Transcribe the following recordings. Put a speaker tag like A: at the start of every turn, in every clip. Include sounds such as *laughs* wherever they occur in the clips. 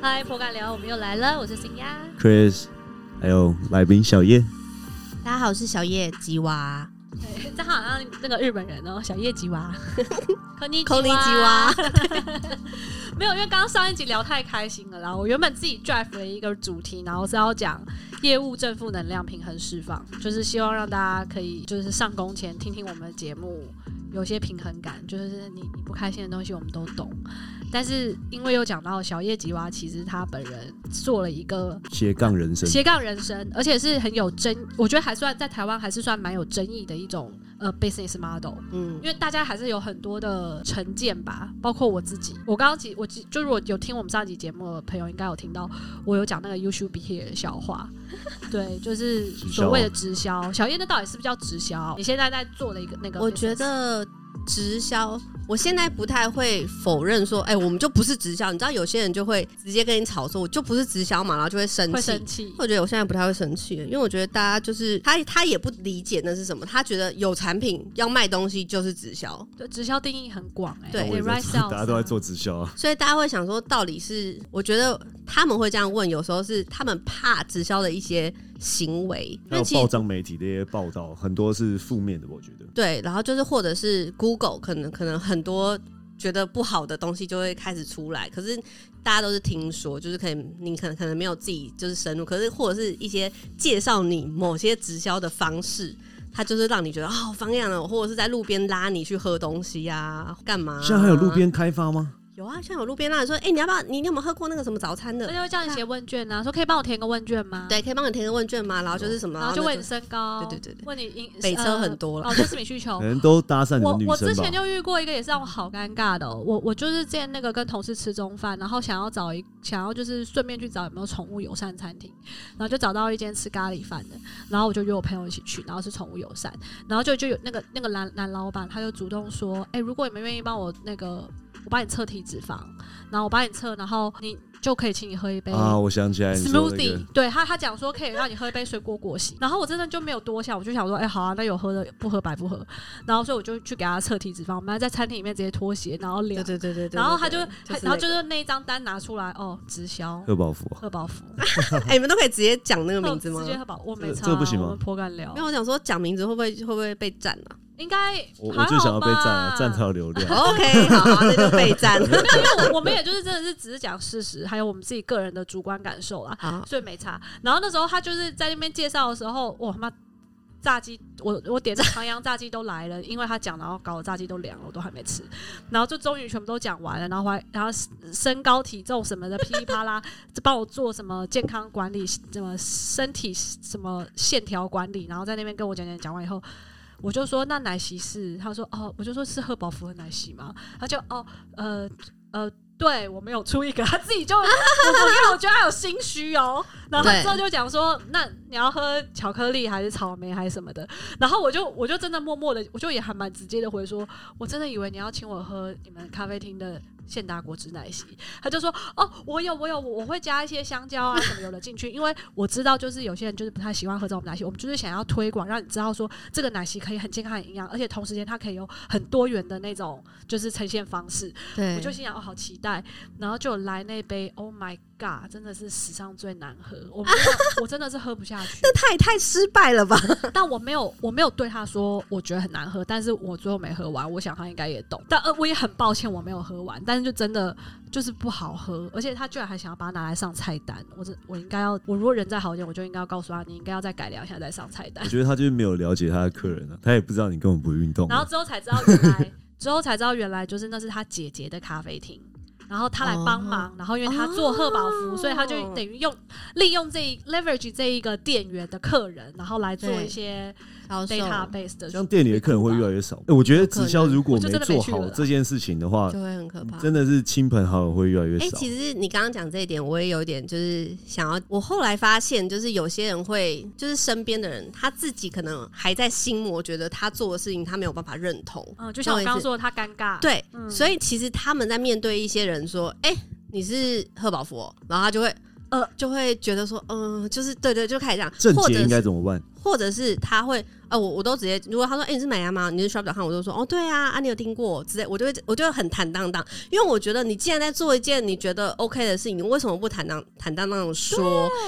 A: 嗨，破尬聊，我们又来了，我是新丫。
B: Chris，还有来宾小叶，
C: 大家好，我是小叶吉娃。
A: 对，这好像那个日本人哦，小叶吉娃，肯尼
C: 口里吉娃，
A: *laughs* 没有，因为刚刚上一集聊太开心了啦。我原本自己 drive 了一个主题，然后是要讲业务正负能量平衡释放，就是希望让大家可以就是上工前听听我们的节目，有些平衡感，就是你你不开心的东西我们都懂。但是因为又讲到小叶吉娃，其实他本人做了一个
B: 斜杠人生，
A: 斜杠人生，而且是很有争，我觉得还算在台湾还是算蛮有争议的一种呃 business model。
C: 嗯
A: 因，为大家还是有很多的成见吧，包括我自己。我刚刚其我其就如果有听我们上一集节目的朋友，应该有听到我有讲那个 “you should be here” 的笑
B: *laughs*
A: 话，对，就是
B: 直销
A: 所谓的直销。小叶，那到底是不是叫直销？你现在在做的一个那个，
C: 我觉，得直销，我现在不太会否认说，哎、我们就不是直销。你知道有些人就会直接跟你吵说，我就不是直销嘛，然后就会生
A: 会
C: 气
A: 生。气。
C: 我觉得我现在不太会生气，因为我觉得大家就是他，他也不理解那是什么，他觉得有产品要卖东西就是直销，
A: 对，直销定义很广哎、
C: 对
B: 那我也
A: right
B: 在
A: sales
B: *laughs* 做，大家都在做直销啊，
C: 所以大家会想说，到底是我觉得他们会这样问，有时候是他们怕直销的一些行为，
B: 还
C: 那
B: 有
C: 其实
B: 报章媒体的一些报道，很多是负面的，我觉得。
C: 对，然后就是或者是 Google 可能可能很多觉得不好的东西就会开始出来，可是大家都是听说，就是可以你可能可能没有自己就是深入，可是或者是一些介绍你某些直销的方式。它就是让你觉得啊好方便哦，或者是在路边拉你去喝东西呀、干嘛、啊
B: 现在还有路边开发吗？
C: 有啊，现在有路边拉你说，哎、你要不要？你你有没有喝过那个什么早餐
A: 那
C: 的？
A: 就会叫你写问卷啊，说可以帮我填个问卷吗？，
C: 对，可以帮你填个问卷吗？然后就是什么，
A: 然后就
C: 那
A: 问你身高，
C: 对对对对
A: 问你
C: 北车很多了
A: 呃哦，这是你需求
B: *laughs* 可。能都搭讪你
A: 我
B: 的女
A: 我之
B: 生吧
A: 前。就遇过一个也是让我好尴尬的哦、我我就是之前那个跟同事吃中饭，然后想要找一想要就是顺便去找有没有宠物友善餐厅，然后就找到一间吃咖喱饭的，然后我就约我朋友一起去，然后是宠物友善，然后就就有那个那个男男老板他就主动说，哎、如果你们愿意帮我那个我帮你测体脂肪，然后我帮你测，然后你就可以请你喝一杯
B: 啊，我想起来你说那个
A: smoothie，对他他讲说可以让你喝一杯水果果昔，然后我真的就没有多想，我就想说，哎、好啊，那有喝的不喝白不喝，然后所以我就去给他测体脂肪，我们还在餐厅里面直接脱鞋，然后
C: 对
A: 聊，
C: 对对对对
A: 啊然后他就
C: 对
A: 他
C: 是
A: 然后
C: 那
A: 就
C: 个
A: 是那一张单拿出来，哦，直销
B: 贺宝福啊，
A: 贺宝福，
C: 哎、你们都可以直接讲那个名字吗？
A: *laughs* 直接贺宝，我没
B: 这
A: 差、啊，
B: 这不行吗
A: 我们颇敢聊
C: 没，有，我想说讲名字会不会会不会被占啊 *laughs*
A: 应该
B: 我我
A: 还
B: 就想要
A: 好
B: 被赞啊，
A: 吧？
B: 赞才有流量。
C: ？OK，好、啊，那就被占。 *laughs*
A: 没有，因为我我们也就是真的是只是讲事实，还有我们自己个人的主观感受啦。
C: 好，
A: 所以没差。然后那时候他就是在那边介绍的时候，我他妈炸鸡，我我点的 *laughs* 唐扬炸鸡都来了，因为他讲，然后搞得炸鸡都凉了，我都还没吃。然后就终于全部都讲完了，然后还然后身高体重什么的噼里啪啦，就帮我做什么健康管理，什么身体什么线条管理，然后在那边跟我讲讲讲完以后。我就说那奶昔是，他说哦，我就说是贺宝福的奶昔吗？他就哦，呃呃，对我没有出一个，他自己就我我因为我觉得他有心虚哦，然后他
C: 对
A: 之后就讲说那你要喝巧克力还是草莓还是什么的，然后我就我就真的默默的，我就也还蛮直接的回说，我真的以为你要请我喝你们咖啡厅的现打果汁奶昔，他就说哦，我有我有，我会加一些香蕉啊什么有的进去，因为我知道就是有些人就是不太喜欢喝这种奶昔，我们就是想要推广，让你知道说这个奶昔可以很健康、很营养，而且同时间它可以有很多元的那种就是呈现方式。
C: 对
A: 我就心想哦，好期待，然后就来那杯，Oh my God，真的是史上最难喝，我没有我真的是喝不下去。
C: 这太太失败了吧？
A: 但我没有，我没有对他说我觉得很难喝，但是我最后没喝完，我想他应该也懂。但呃，我也很抱歉我没有喝完，但是就真的就是不好喝，而且他居然还想要把它拿来上菜单，我这我应该要，我如果人再好一点，我就应该要告诉他，你应该要再改良一下再上菜单
B: 我。觉得他就是没有了解他的客人啊，他也不知道你根本不运动啊。
A: 然后之后才知道原
C: *laughs*
A: 来，之后才知道原来就是那是他姐姐的咖啡厅。然后他来帮忙，然后因为他做贺宝福，
C: 哦
A: 所以他就等于用利用这一 leverage 这一个店员的客人，然后来做
C: 对
A: 一些
C: 销
A: database 的
B: 像店里的客人会越来越少。哎我觉得直销如果
A: 有可
B: 没
A: 能
B: 做
A: 我就真的没去了
B: 好
A: 啦
B: 这件事情的话，
C: 就会很可怕。
B: 真的是亲朋好友会越来越
C: 哎、
B: 少。
C: 其实你刚刚讲这一点，我也有一点就是想要。我后来发现，就是有些人会，就是身边的人，他自己可能还在心魔，觉得他做的事情他没有办法认同。
A: 嗯，就像我刚刚说的，他尴尬，，
C: 对，
A: 嗯
C: 所以其实他们在面对一些人说：“哎、你是贺宝福哦、然后他就会。呃，就会觉得说，嗯、就是对对，就开始这样，
B: 正
C: 或者
B: 解应
C: 是
B: 该怎么办？
C: 或者是他会，呃，我我都直接，如果他说，哎、你是买鸭吗？你是 shop 小看，我就说，哦，对啊，啊，你有听过之类，我就会，我就会很坦荡荡，因为我觉得你既然在做一件你觉得 OK 的事情，你为什么不坦荡坦荡荡地说？
A: 对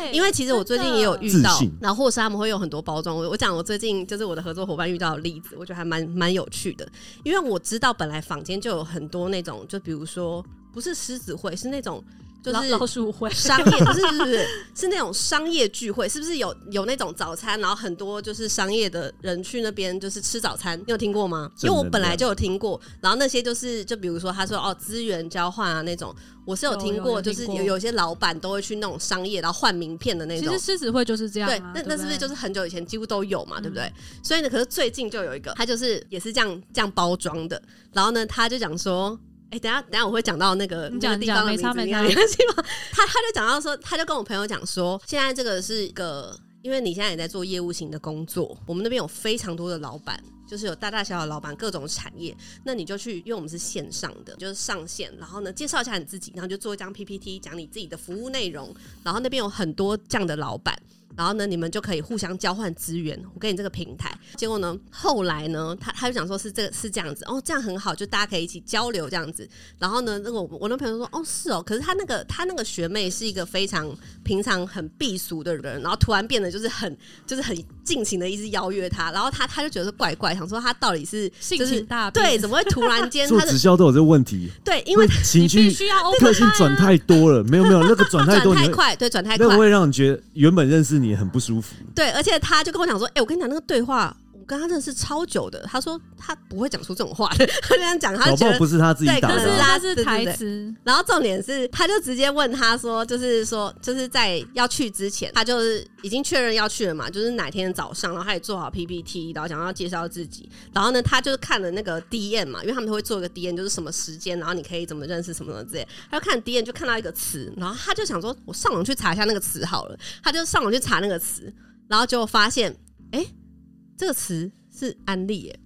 C: 哦因为其实我最近也有遇
B: 真的
C: 到
B: 自信，
C: 然后或是他们会有很多包装。我我讲我最近就是我的合作伙伴遇到的例子，我觉得还蛮蛮有趣的，因为我知道本来坊间就有很多那种，就比如说不是狮子会，是那种就
A: 老
C: 是
A: 老鼠会，
C: 商业不是不是不是是那种商业聚会，是不是有有那种早餐，然后很多就是商业的人去那边就是吃早餐，你有听过吗？
B: 正能
C: 因
B: 量
C: 为我本来就有听过，然后那些就是就比如说他说哦资源交换啊那种，我是有
A: 有
C: 听
A: 有
C: 过，
A: 有
C: 就
A: 听
C: 是
A: 过
C: 有有些老板都会去那种商业然后换名片的那
A: 其
C: 种
A: 实。狮子会就是这样、啊，
C: 对，那那是不是就是是很久以前几乎都有嘛，
A: 嗯
C: 对不对？所以呢，可是最近就有一个，他就是也是这样这样包装的，然后呢，他就讲说。哎、等一下，等一下，我会讲到那个
A: 你
C: 那
A: 讲
C: 个地方的
A: 你
C: 名
A: 讲
C: 字，
A: 没
C: 你
A: 差
C: 看没
A: 没差
C: 关系吗？ *laughs* 他他就讲到说，他就跟我朋友讲说，现在这个是一个，因为你现在也在做业务型的工作，我们那边有非常多的老板，就是有大大小小的老板，各种产业，那你就去，因为我们是线上的，就是上线，然后呢，介绍一下你自己，然后就做一张 PPT，讲你自己的服务内容，然后那边有很多这样的老板。然后呢，你们就可以互相交换资源。我给你这个平台，结果呢，后来呢，他他就想说是这个是这样子，哦，这样很好，就大家可以一起交流这样子。然后呢，那个我我那朋友说，哦，是哦，可是他那个他那个学妹是一个非常平常很避俗的人，然后突然变得就是很就是很尽情的一直邀约他，然后他他就觉得怪怪，想说他到底是
A: 性
C: 就是
A: 情大变，
C: 对，怎么会突然
B: *laughs*
C: 间
B: 做
C: 他
B: 直
C: 的
B: 销都有这个问题，
C: 对，因为
B: 那情
A: 你必
B: 绪
A: 须
C: *laughs*
A: 要 open
B: 个性转太多了，没有没有，那个转太
C: 转
B: 多，你
C: 太
B: 会
C: 快，对，转太
B: 那
C: 快
B: 个，会让你觉得原本认识你很不舒服。
C: 对，而且他就跟我讲说，哎、我跟你讲那个对话，我跟他认识超久的，他说他不会讲出这种话的， *laughs* 他这样讲，他
B: 搞不
C: 就觉
B: 好
C: 得。
B: 不是他自己打
A: 可
C: 对
A: 是
C: 可
B: 的啊，
A: 那
C: 对
A: 是
C: 对对
A: 台词，
C: 然后重点是，他就直接问他说，就是说，就是在要去之前，他就是已经确认要去了嘛，就是哪天早上，然后他也做好 PPT，然后想要介绍自己，然后呢，他就是看了那个 DM 嘛，因为他们都会做一个 DM，就是什么时间，然后你可以怎么认识什么的之类，他就看 DM 就看到一个词，然后他就想说，我上网去查一下那个词好了，他就上网去查那个词，然后结果发现，哎、这个词是安利耶。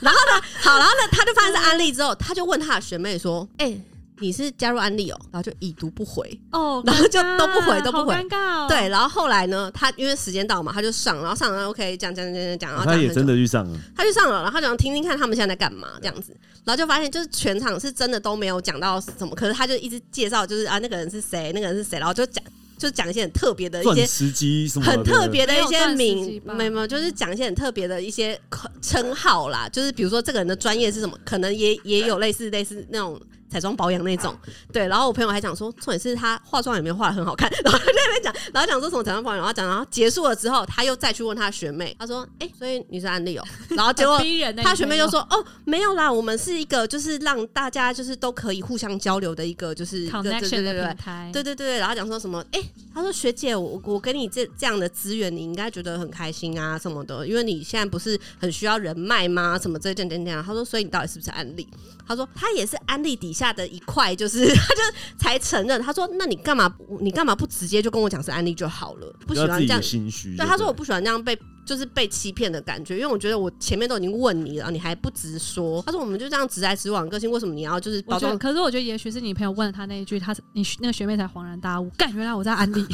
C: 然后呢，好，然后呢，他就发现是安利之后，他就问他的学妹说：“哎、你是加入安利哦？”然后就已读不回。
A: 哦，
C: 然后就
A: 尴尬
C: 都不回都不
A: 好
C: 回
A: 尴尬哦，
C: 对，然后后来呢，他因为时间到嘛，他就上，然后上了 OK，讲讲讲讲讲，然后
B: 哦他
C: 讲
B: 也
C: 很
B: 真
C: 久，
B: 的遇上了，
C: 他就上了，然后他想听听看他们现在在干嘛这样子，然后就发现就是全场是真的都没有讲到什么，可是他就一直介绍就是啊那个人是谁，那个人是谁，然后就讲就讲一些很特别的一
B: 钻
C: 些
B: 石机什么的
C: 很特别的一
A: 没有
C: 些
A: 钻石鸡嗯
C: 名，
A: 吧
C: 没有没有，就是讲一些很特别的一些称号啦，就是比如说这个人的专业是什么，可能也也有类似类似那种彩妆保养那种，
A: 嗯
C: 对。然后我朋友还讲说，重点是他化妆也没有化的很好看，然后在那边讲，然后讲说什么彩妆保养，然后讲，然后结束了之后，他又再去问他的学妹，他说，哎、所以你是安利哦、然后结
A: *laughs*
C: 果
A: 很逼人欸，
C: 他
A: 你
C: 学妹
A: 朋友
C: 就说：“哦，没有啦，我们是一个就是让大家就是都可以互相交流的一个就是一个对对
A: connection
C: 对
A: 的
C: 对对
A: 平台，
C: 对对对，然后讲说什么？哎、他说学姐，我我给你这这样的资源，你应该觉得很开心啊什么的，因为你现在不是很需要人脉吗？什么这这这这样。他说，所以你到底是不是安利？他说他也是安利底下的一块，就是 *laughs* 他就才承认。他说，那你干嘛你干嘛不直接就跟我讲是安利就好了？不
B: 不
C: 喜
B: 要
C: 欢
B: 自己
C: 这样
B: 的。心虚。
C: 对，他说我不喜欢这样被就是被欺骗的感觉，因为我觉得我前面都已经问你了，你还不直说。他说我们就这样直来直往，个性为什么你要就是包
A: 我觉
C: 装
A: 得，可是我觉得，也许是你朋友问了他那一句，他你那个学妹才恍然大悟，干，原来我在安
C: *laughs*
A: 利。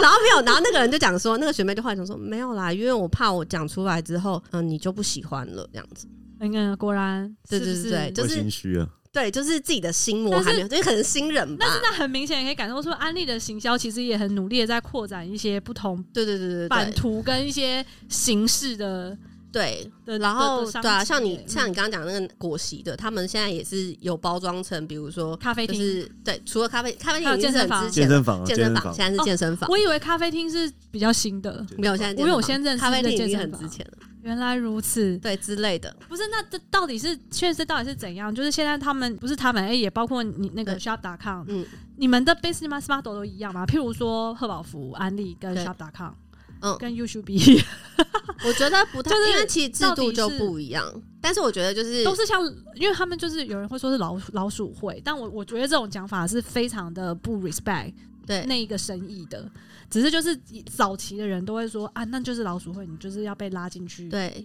C: 然后没有，然后那个人就讲说，那个学妹就换成说没有啦，因为我怕我讲出来之后，嗯，你就不喜欢了这样子。
A: 嗯嗯，果然，
C: *laughs* 对
A: 是不是
C: 对对对就
B: 会
C: 是
B: 心虚啊，
C: 对，就是自己的心魔还没有，因为可能新人吧。
A: 那很明显也可以感受出，安利的行销其实也很努力的在扩展一些不同
C: 对对对对
A: 版
C: 对
A: 图跟一些形式的
C: 对。
A: 的，
C: 然后
A: 的的商
C: 对啊，像
A: 业
C: 你像
A: 嗯
C: 你刚刚讲那个果昔的，他们现在也是有包装成，比如说
A: 咖啡
C: 就
A: 厅，
C: 是对，除了咖啡咖
A: 还
C: 啡厅
A: 有
C: 已经
A: 健
C: 是
A: 身
C: 很
A: 房哦
C: 之
B: 健
C: 前了，
B: 身房啊，
C: 健
B: 健
C: 身
B: 身
C: 房现在是健身房，
A: 我以为咖啡厅是比较新的，
C: 没有现在健
A: 我有
C: 身
A: 先认
C: 房
A: 识
C: 咖啡厅已经
A: 健身房
C: 很之前了，
A: 原来如此。
C: 对之类的。
A: 不是，那这到底是确实到底是怎样？就是现在他们不是他们，哎、也包括你那个
C: 对
A: Shop.com，
C: 嗯
A: 你们的 business model 都一样吗？譬如说贺宝福、安利跟
C: 对
A: Shop.com，
C: 嗯
A: 跟 y o u t
C: *laughs*
A: u b e
C: 我觉得不太，
A: *laughs* 就是
C: 因为其实制
A: 到底
C: 度就是不一样，但是我觉得就是
A: 都是像，因为他们就是有人会说是老老鼠会，但我我觉得这种讲法是非常的不 respect
C: 对
A: 那一个生意的，
B: 嗯
A: 只是就是早期的人都会说啊，那就是老鼠会，你就是要被拉进去
C: 对，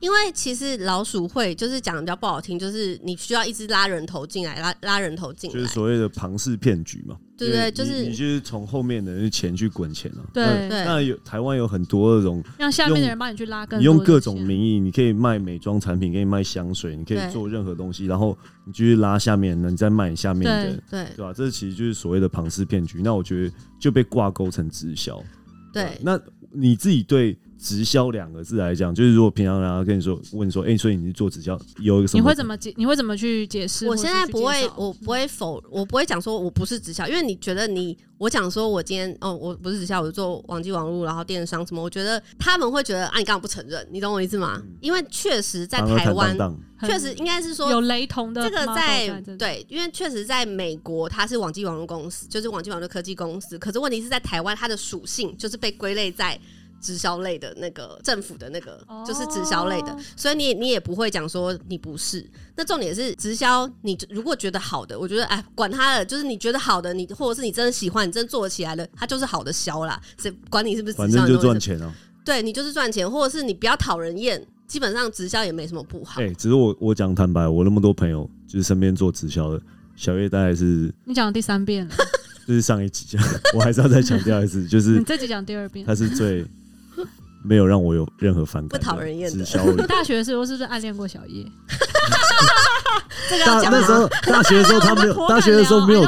C: 因为其实老鼠会就是讲得比较不好听，就是你需要一直拉人头进来，拉拉人头进
B: 就是
C: 来。
B: 所谓的庞氏骗局嘛。
C: 对对
B: 因为
C: 就是
B: 你你就是从后面的人的钱去滚钱啊。
A: 对
B: 那
C: 对
B: 那有台湾有很多那种，
A: 让下面的人帮你去拉更多
B: 你用各
A: 的
B: 种
A: 线
B: 名义，你可以卖美妆产品，可以卖香水，你可
C: 对
B: 以做任何东西，然后你继续拉下面的人，你再卖你下面的人，
C: 对
B: 对吧、这其实就是所谓的庞氏骗局。那我觉得就被挂钩成直销。
C: 对，
B: 那你自己对直销两个字来讲，就是如果平常人家跟你说问说，哎、所以你是做直销有一个什么？
A: 你会怎么解？你会怎么去解释？
C: 我现在不会，我
A: 我
C: 不会否，我不会讲说我不是直销，因为你觉得你，我讲说我今天哦，我不是直销，我做网际网络，然后电商什么，我觉得他们会觉得啊，你干嘛不承认？你懂我意思吗？因为确实在
B: 嗯堂而
C: 台
B: 坦
C: 湾
B: 荡，荡
C: 确实应该是说
A: 有雷同的
C: 这个
A: model
C: 在
A: 这里，
C: 对，因为确实在美国它是网际网络公司，就是网际网络科技公司。可是问题是在台湾，它的属性就是被归类在直销类的那个政府的那个，
A: 哦
C: 就是直销类的，所以你你也不会讲说你不是。那重点是直销，你如果觉得好的，我觉得哎，管它了，就是你觉得好的，你或者是你真的喜欢，你真的做起来了，它就是好的销啦，谁管你是不是
B: 反
C: 直销，
B: 正就
C: 你懂我
B: 赚
C: 意思
B: 钱啊。
C: 对你就是赚钱，或者是你不要讨人厌，基本上直销也没什么不好。
B: 哎、只是我我讲坦白，我那么多朋友就是身边做直销的，小月大概是
A: 你讲第三遍了，
B: 就是上一集讲， *laughs* 我还是要再强调一次，就
A: 你
B: 是
A: 自己讲第
C: *laughs*
A: 二遍。
B: 他是最没有让我有任何反感的，
C: 不讨人厌的
B: 直销
A: 你
C: *laughs*
B: 人。
A: 大学的时候是不是暗恋过小叶？
C: 这啊个要
B: 大
C: 讲
B: 那
C: 吗
B: 时候大学的时候他没有，
C: *laughs*
B: 大学的时候没有，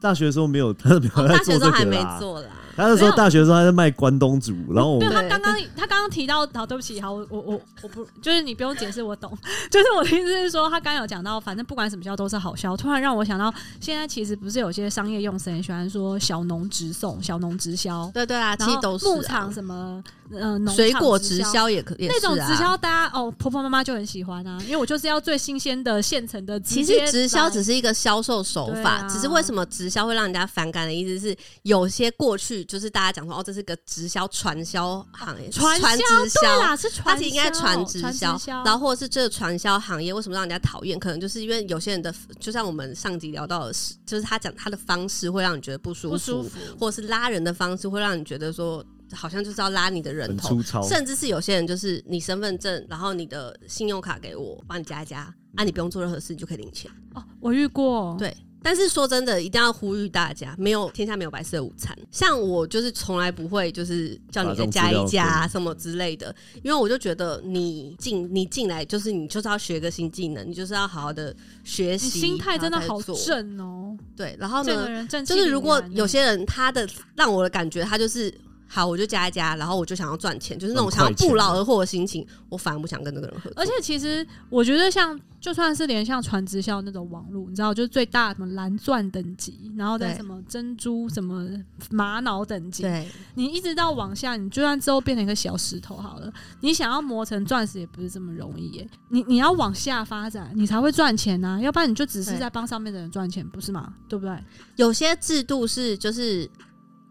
B: 大学的时候没有， *laughs* 他没有在
C: 大学
B: 做
C: 的时候还
B: 这
C: 没
B: 个啦。
C: 做啦。
B: 他那时候大学的时候还在卖关东煮，然后我
A: 没有，
B: 们
A: 他刚刚他刚刚提到，好，对不起，好，我我我我不，就是你不用解释，我懂。 *laughs* 就是我的意思是说，他刚刚有讲到，反正不管什么销都是好销。突然让我想到，现在其实不是有些商业用词很喜欢说小农直送、小农直销，
C: 对对啊，其
A: 然
C: 实
A: 后
C: 都是啊
A: 牧场什么，呃，农场
C: 水果直
A: 直。
C: 销也可也是啊
A: 那种直销，大家哦，婆婆妈妈就很喜欢啊，因为我就是要最新鲜的、现成的。
C: 其
A: 直接
C: 实直销
A: 来
C: 只是一个销售手
A: 对
C: 法，
A: 啊
C: 只是为什么直销会让人家反感的意思是，有些过去就是大家讲说哦，这是个直销传销行业，
A: 传销
C: 直
A: 对
C: 销。
A: 啦，是
C: 它
A: 传
C: 其
A: 销，
C: 实应该传直销
A: 销，，
C: 然后或者是这个传销行业为什么让人家讨厌？可能就是因为有些人的，就像我们上集聊到的是，就是他讲他的方式会让你觉得不舒服，
A: 不舒服。
C: 或者是拉人的方式会让你觉得说，好像就是要拉你的人
B: 很
C: 头，
B: 粗糙，
C: 甚至是有些人就是你身份证，然后你的信用卡给我，帮你加一加，啊，你不用做任何事，你就可以领钱。
A: 哦，我遇过，
C: 对但是说真的，一定要呼吁大家，没有天下没有白吃的午餐。像我就是从来不会就是叫你再加一加啊什么之类的，因为我就觉得你进你进来就是你就是要学个新技能，你就是要好好的学
A: 你
C: 习，
A: 心态真的
C: 然后
A: 好
C: 再做。
A: 正哦，
C: 对，然后
A: 这
C: 呢
A: 个，人正
C: 就是如
A: 啊欸
C: 果
A: 嗯
C: 有些人他的让我的感觉，他就是好，我就加一加，然后我就想要赚钱，就是那种
B: 很
C: 想
B: 快啊
C: 要不劳而获的心情，我反而不想跟这个人合作。
A: 而且其实我觉得像，就算是连像传直销那种网络，你知道，就是最大什么蓝钻等级，然后再
C: 对
A: 什么珍珠、什么玛瑙等级，
C: 对
A: 你一直到往下，你就算之后变成一个小石头好了，你想要磨成钻石也不是这么容易耶。你你要往下发展，你才会赚钱呐、要不然你就只是
C: 对
A: 在帮上面的人赚钱，不是吗？对不对？
C: 有些制度是就是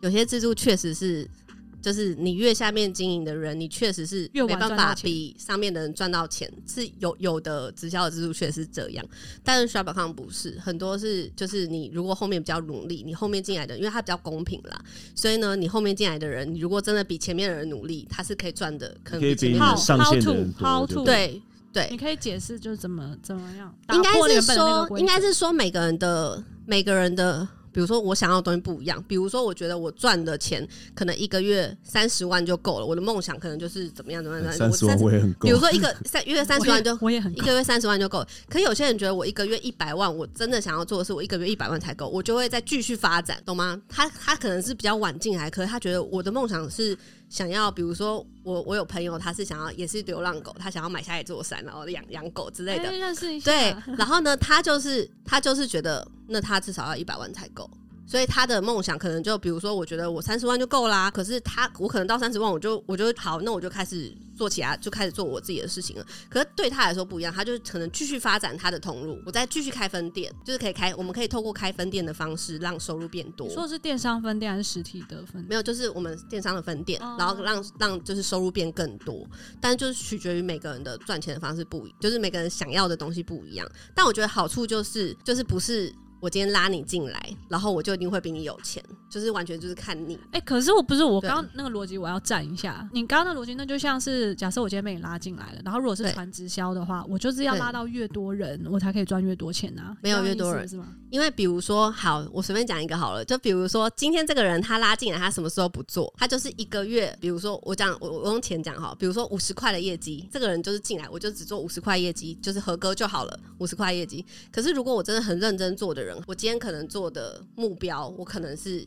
C: 有些制度确实是。就是你越下面经营的人，你确实是
A: 越
C: 没
A: 晚
C: 办
A: 赚
C: 法
A: 到钱
C: 比上面的人赚到钱，是有有的直销的制度确实是这样，但是 Shopcom 不是，很多是就是你如果后面比较努力，你后面进来的，因为它比较公平啦，所以呢，你后面进来的人，你如果真的比前面的人努力，他是可以赚的，可能
B: 可以
C: 前
B: 比
C: 面
B: 你
C: 的
A: 好好
B: 的
C: 人
B: 上线的
A: to-
B: 人多
A: how
B: 就
A: to
B: 对。
C: 对对
A: 你，可以解释就是怎么怎么样，
C: 应
A: 打破
C: 该
A: 原
C: 是
A: 本的那个
C: 说，
A: 规
C: 应该
A: 则
C: 是说每个人的每个人的，比如说我想要的东西不一样，比如说我觉得我赚的钱可能一个月三十万就够了，我的梦想可能就是怎么样怎么样，怎
B: 三
C: 么样
B: 十万
C: 我
B: 我也很够
C: 比如，说一个三一个月三十万就
A: 我也很
C: *laughs* 一个月三十万就够了。可有些人觉得我一个月一百万，我真的想要做的是我一个月一百万才够，我就会再继续发展，懂吗？他他可能是比较晚进来，可是他觉得我的梦想是想要，比如说我我有朋友他是想要也是流浪狗，他想要买下一座山，然后养养狗之类的
A: 哎。认识一下
C: 对，然后呢，他就是他就是觉得，那他至少要一百万才够。所以他的梦想可能就比如说，我觉得我三十万就够啦。可是他，我可能到三十万，我就我就好，那我就开始做其他，就开始做我自己的事情了。可是对他来说不一样，他就可能继续发展他的通路，我再继续开分店，就是可以开，我们可以透过开分店的方式让收入变多
A: 你。说的是电商分店还是实体的分
C: 没
A: 店？
C: 有，就是我们电商的分店，
A: 哦
C: 然后让让就是收入变更多，但就是取决于每个人的赚钱的方式不一，就是每个人想要的东西不一样。但我觉得好处就是，就是不是我今天拉你进来，然后我就一定会比你有钱，就是完全就是看你。
A: 哎、可是我不是我
C: 对
A: 刚刚那个逻辑，我要站一下。你刚刚的逻辑，那就像是假设我今天被你拉进来了，然后如果是
C: 对
A: 传直销的话，我就是要
C: 对
A: 拉到越多人，我才可以赚越多钱啊。
C: 没有
A: 这样
C: 越多人
A: 意思是吗？
C: 因为比如说，好，我随便讲一个好了，就比如说今天这个人他拉进来，他什么时候不做，他就是一个月，比如说我讲我我用钱讲哈，比如说五十块的业绩，这个人就是进来我就只做五十块业绩，就是合格就好了，五十块业绩。可是如果我真的很认真做的人，我今天可能做的目标，我可能是。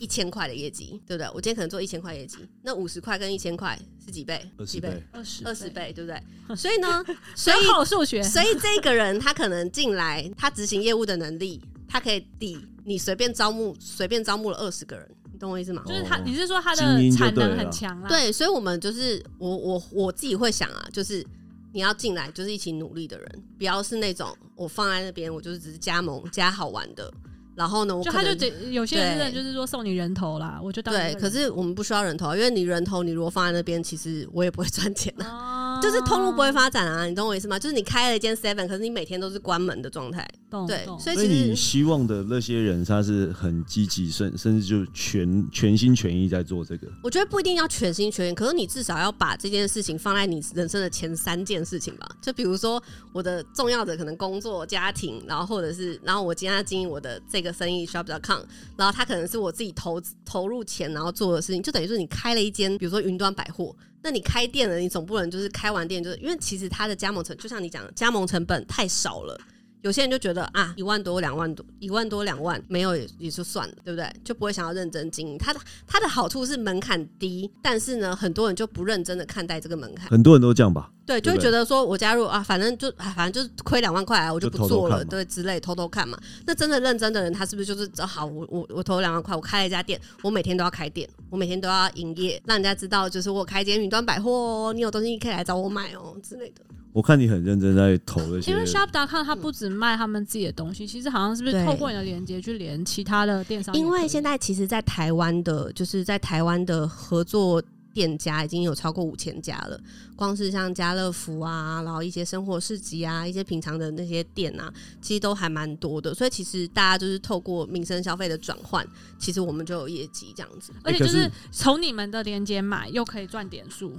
C: 一千块的业绩，对不对？我今天可能做一千块业绩，那五十块跟一千块是几倍？
B: 二
C: 几
B: 十倍，
A: 二十
C: 二十，倍，对不对？所以呢，所
A: 所
C: 以
A: 以好数学。
C: 所以这个人他可能进来，他执行业务的能力，他可以抵你随便招募，随便招募了二十个人，你懂我意思吗？
A: 就是他，
B: 哦
A: 你是说他的
B: 精英就
A: 产
B: 对
A: 能
B: 了
A: 很强啦？，
C: 对，所以我们就是我我我自己会想啊，就是你要进来就是一起努力的人，不要是那种我放在那边，我就是只是加盟加好玩的，然后呢，我
A: 就
C: 可
A: 他就
C: 能
A: 得有些人真的
C: 对
A: 就是说送你人头啦，我就当
C: 对，可是我们不需要人头啊，因为你人头你如果放在那边，其实我也不会赚钱啊。
A: 哦
C: 就是通路不会
A: 发
C: 发展啊，你懂我意思吗？就是你开了一间 Seven，可是你每天都是关门的状态，
A: 懂
C: 对，
A: 哦懂
C: 所以
B: 所
C: 其
B: 以
C: 实
B: 你希望的那些人，他是很积极，甚甚至就全全心全意在做这个。
C: 我觉得不一定要全心全意，可是你至少要把这件事情放在你人生的前三件事情吧。就比如说我的重要的可能工作、家庭，然后或者是，然后我今天要经营我的这个生意 shop.com，然后它可能是我自己投资投入钱然后做的事情，就等于说你开了一间，比如说云端百货。那你开店了，你总不能就是开完店就是，因为其实它的加盟成，就像你讲的，加盟成本太少了。有些人就觉得啊，一万多、两万多、一万多、两万没有也也就算了，对不对？就不会想要认真经营。它的它的好处是门槛低，但是呢，很多人就不认真的看待这个门槛，
B: 很多人都这样吧？
C: 对，就
B: 对
C: 会
B: 不
C: 觉得说我加入啊，反正就啊，反正就是亏两万块啊，我就
B: 就
C: 不
B: 偷偷
C: 做了，
B: 看嘛
C: 对，之类偷偷看嘛。那真的认真的人，他是不是就是哦好，我我我投两万块，我开了一家店，我每天都要开店，我每天都要营业，让人家知道就是我有开一间云端百货哦，你有东西可以来找我买哦之类的。
B: 我看你很认真在投那些
A: 因，为 Shop.com 它不止卖他们自己的东西，其实好像是不
C: 嗯对
A: 是透过你的连接去连其他的电商也可以？
C: 因为现在其实，在台湾的，就是在台湾的合作店家已经有超过五千家了，光是像家乐福啊，然后一些生活市集啊，一些平常的那些店啊，其实都还蛮多的。所以其实大家就是透过民生消费的转换，其实我们就有业绩这样子。
A: 而且
B: 哎可
A: 就是是从你们的连接买，又可以赚点数，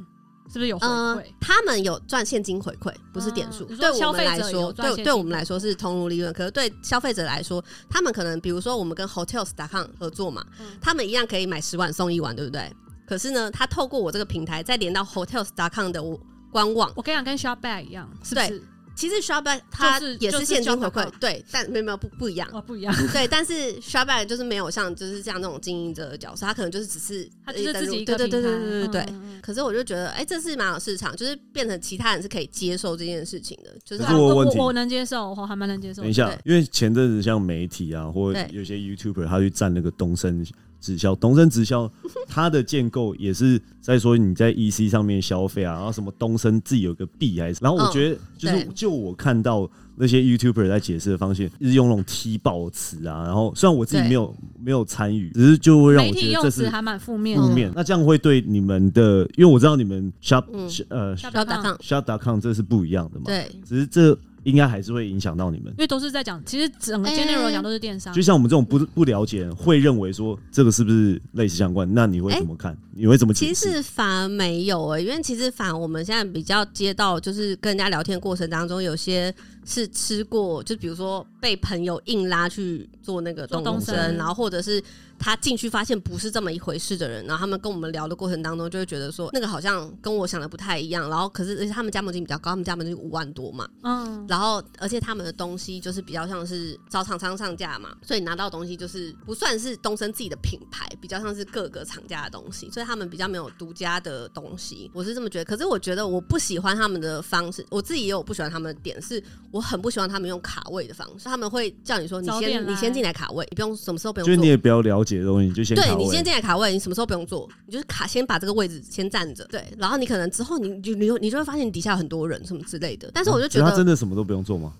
A: 是不是有哦回
C: 嗯，
A: 馈？
C: 他们有赚现金回馈，不是点数。
A: 嗯你说
C: 对我
A: 消
C: 们
A: 费者
C: 来说，
A: 有赚现
C: 对
A: 金
C: 对我们来说是通路利润，可是对消费者来说，他们可能比如说我们跟 Hotels.com 合作嘛，
A: 嗯
C: 他们一样可以买十碗送一碗，对不对？可是呢，他透过我这个平台再连到 Hotels.com 的我官网，
A: 我跟你讲，跟 Shopback 一样，是不
C: 对
A: 是？
C: 其实 s h o p b a c 它
A: 就是
C: 也
A: 就是
C: 现金回
A: Shopback
C: 馈，对，但没有没有不不一样，
A: 哦，不一样，
C: 对，但是 s h o p b a c 就是没有像就是这样那种经营者的角色，他可能就是只是
A: 它就是自己一
C: 对
A: 个平台
C: 对对对对对对。
A: 嗯嗯嗯
C: 可是我就觉得，哎、这是蛮有市场，就是变成其他人是可以接受这件事情的，就是
B: 可
C: 他
B: 是我有问
A: 我
B: 题
A: 我能接受，我还蛮能接受
B: 等一。下，因为前阵子像媒体啊，或
C: 对
B: 有些 YouTuber 他去站那个东升直销，东升直销它的建构也是在说你在 EC 上面消费啊，然后什么东升自己有个币还是，然后我觉得就是、
C: 对
B: 就我看到那些 YouTuber 在解释的方式，是用那种踢爆词啊，然后虽然我自己
C: 对
B: 没有没有参与，只是就会让
A: 媒
B: 我觉
A: 体
B: 得
A: 用
B: 这
A: 词
B: 是
A: 还蛮负面
B: 负
A: 的。
B: 面，那这样会对你们的，因为我知道你们 shop、
C: 嗯
B: 呃
A: Shopback
C: 要打抗，
B: shop.com 这是嗯不一样的嘛，
C: 对
B: 只是这应该还是会影响到你们。
A: 因为都是在讲，其实整个
C: 哎
A: 今天内容讲都是电商
B: 就。像我们这种不不了解人，会认为说这个是不是类似相关？那你会怎么看？你会怎么解
C: 哎其
B: 释？
C: 实反而没有哎、因为其实反而我们现在比较接到，就是跟人家聊天过程当中，有些是吃过，就比如说被朋友硬拉去做那个
A: 做
C: 动动
B: 动
C: 身，
B: 身
C: 然后或者是他进去发现不是这么一回事的人，然后他们跟我们聊的过程当中，就会觉得说那个好像跟我想的不太一样，然后可是而且他们加盟金比较高，他们加盟金五万多嘛，
A: 嗯，
C: 然后，而且他们的东西就是比较像是找厂商上架嘛，所以拿到的东西就是不算是东升自己的品牌，比较像是各个厂家的东西，所以他们比较没有独家的东西，我是这么觉得。可是我觉得我不喜欢他们的方式，我自己也有不喜欢他们的点，是我很不喜欢他们用卡位的方式，他们会叫你说你
A: 早点
C: 先
A: 来
C: 你先进来卡位，你不用什么时候不用
B: 就是
C: 做
B: 你也不要了解的东西，你就先卡
C: 对
B: 位
C: 你先进来卡位，你什么时候不用做，你就是卡先把这个位置先占着，对，然后你可能之后你你就你就你就会发现你底下有很多人什么之类的，但是我就觉
B: 所以他
C: 得
B: 真，的什么都不用做吗？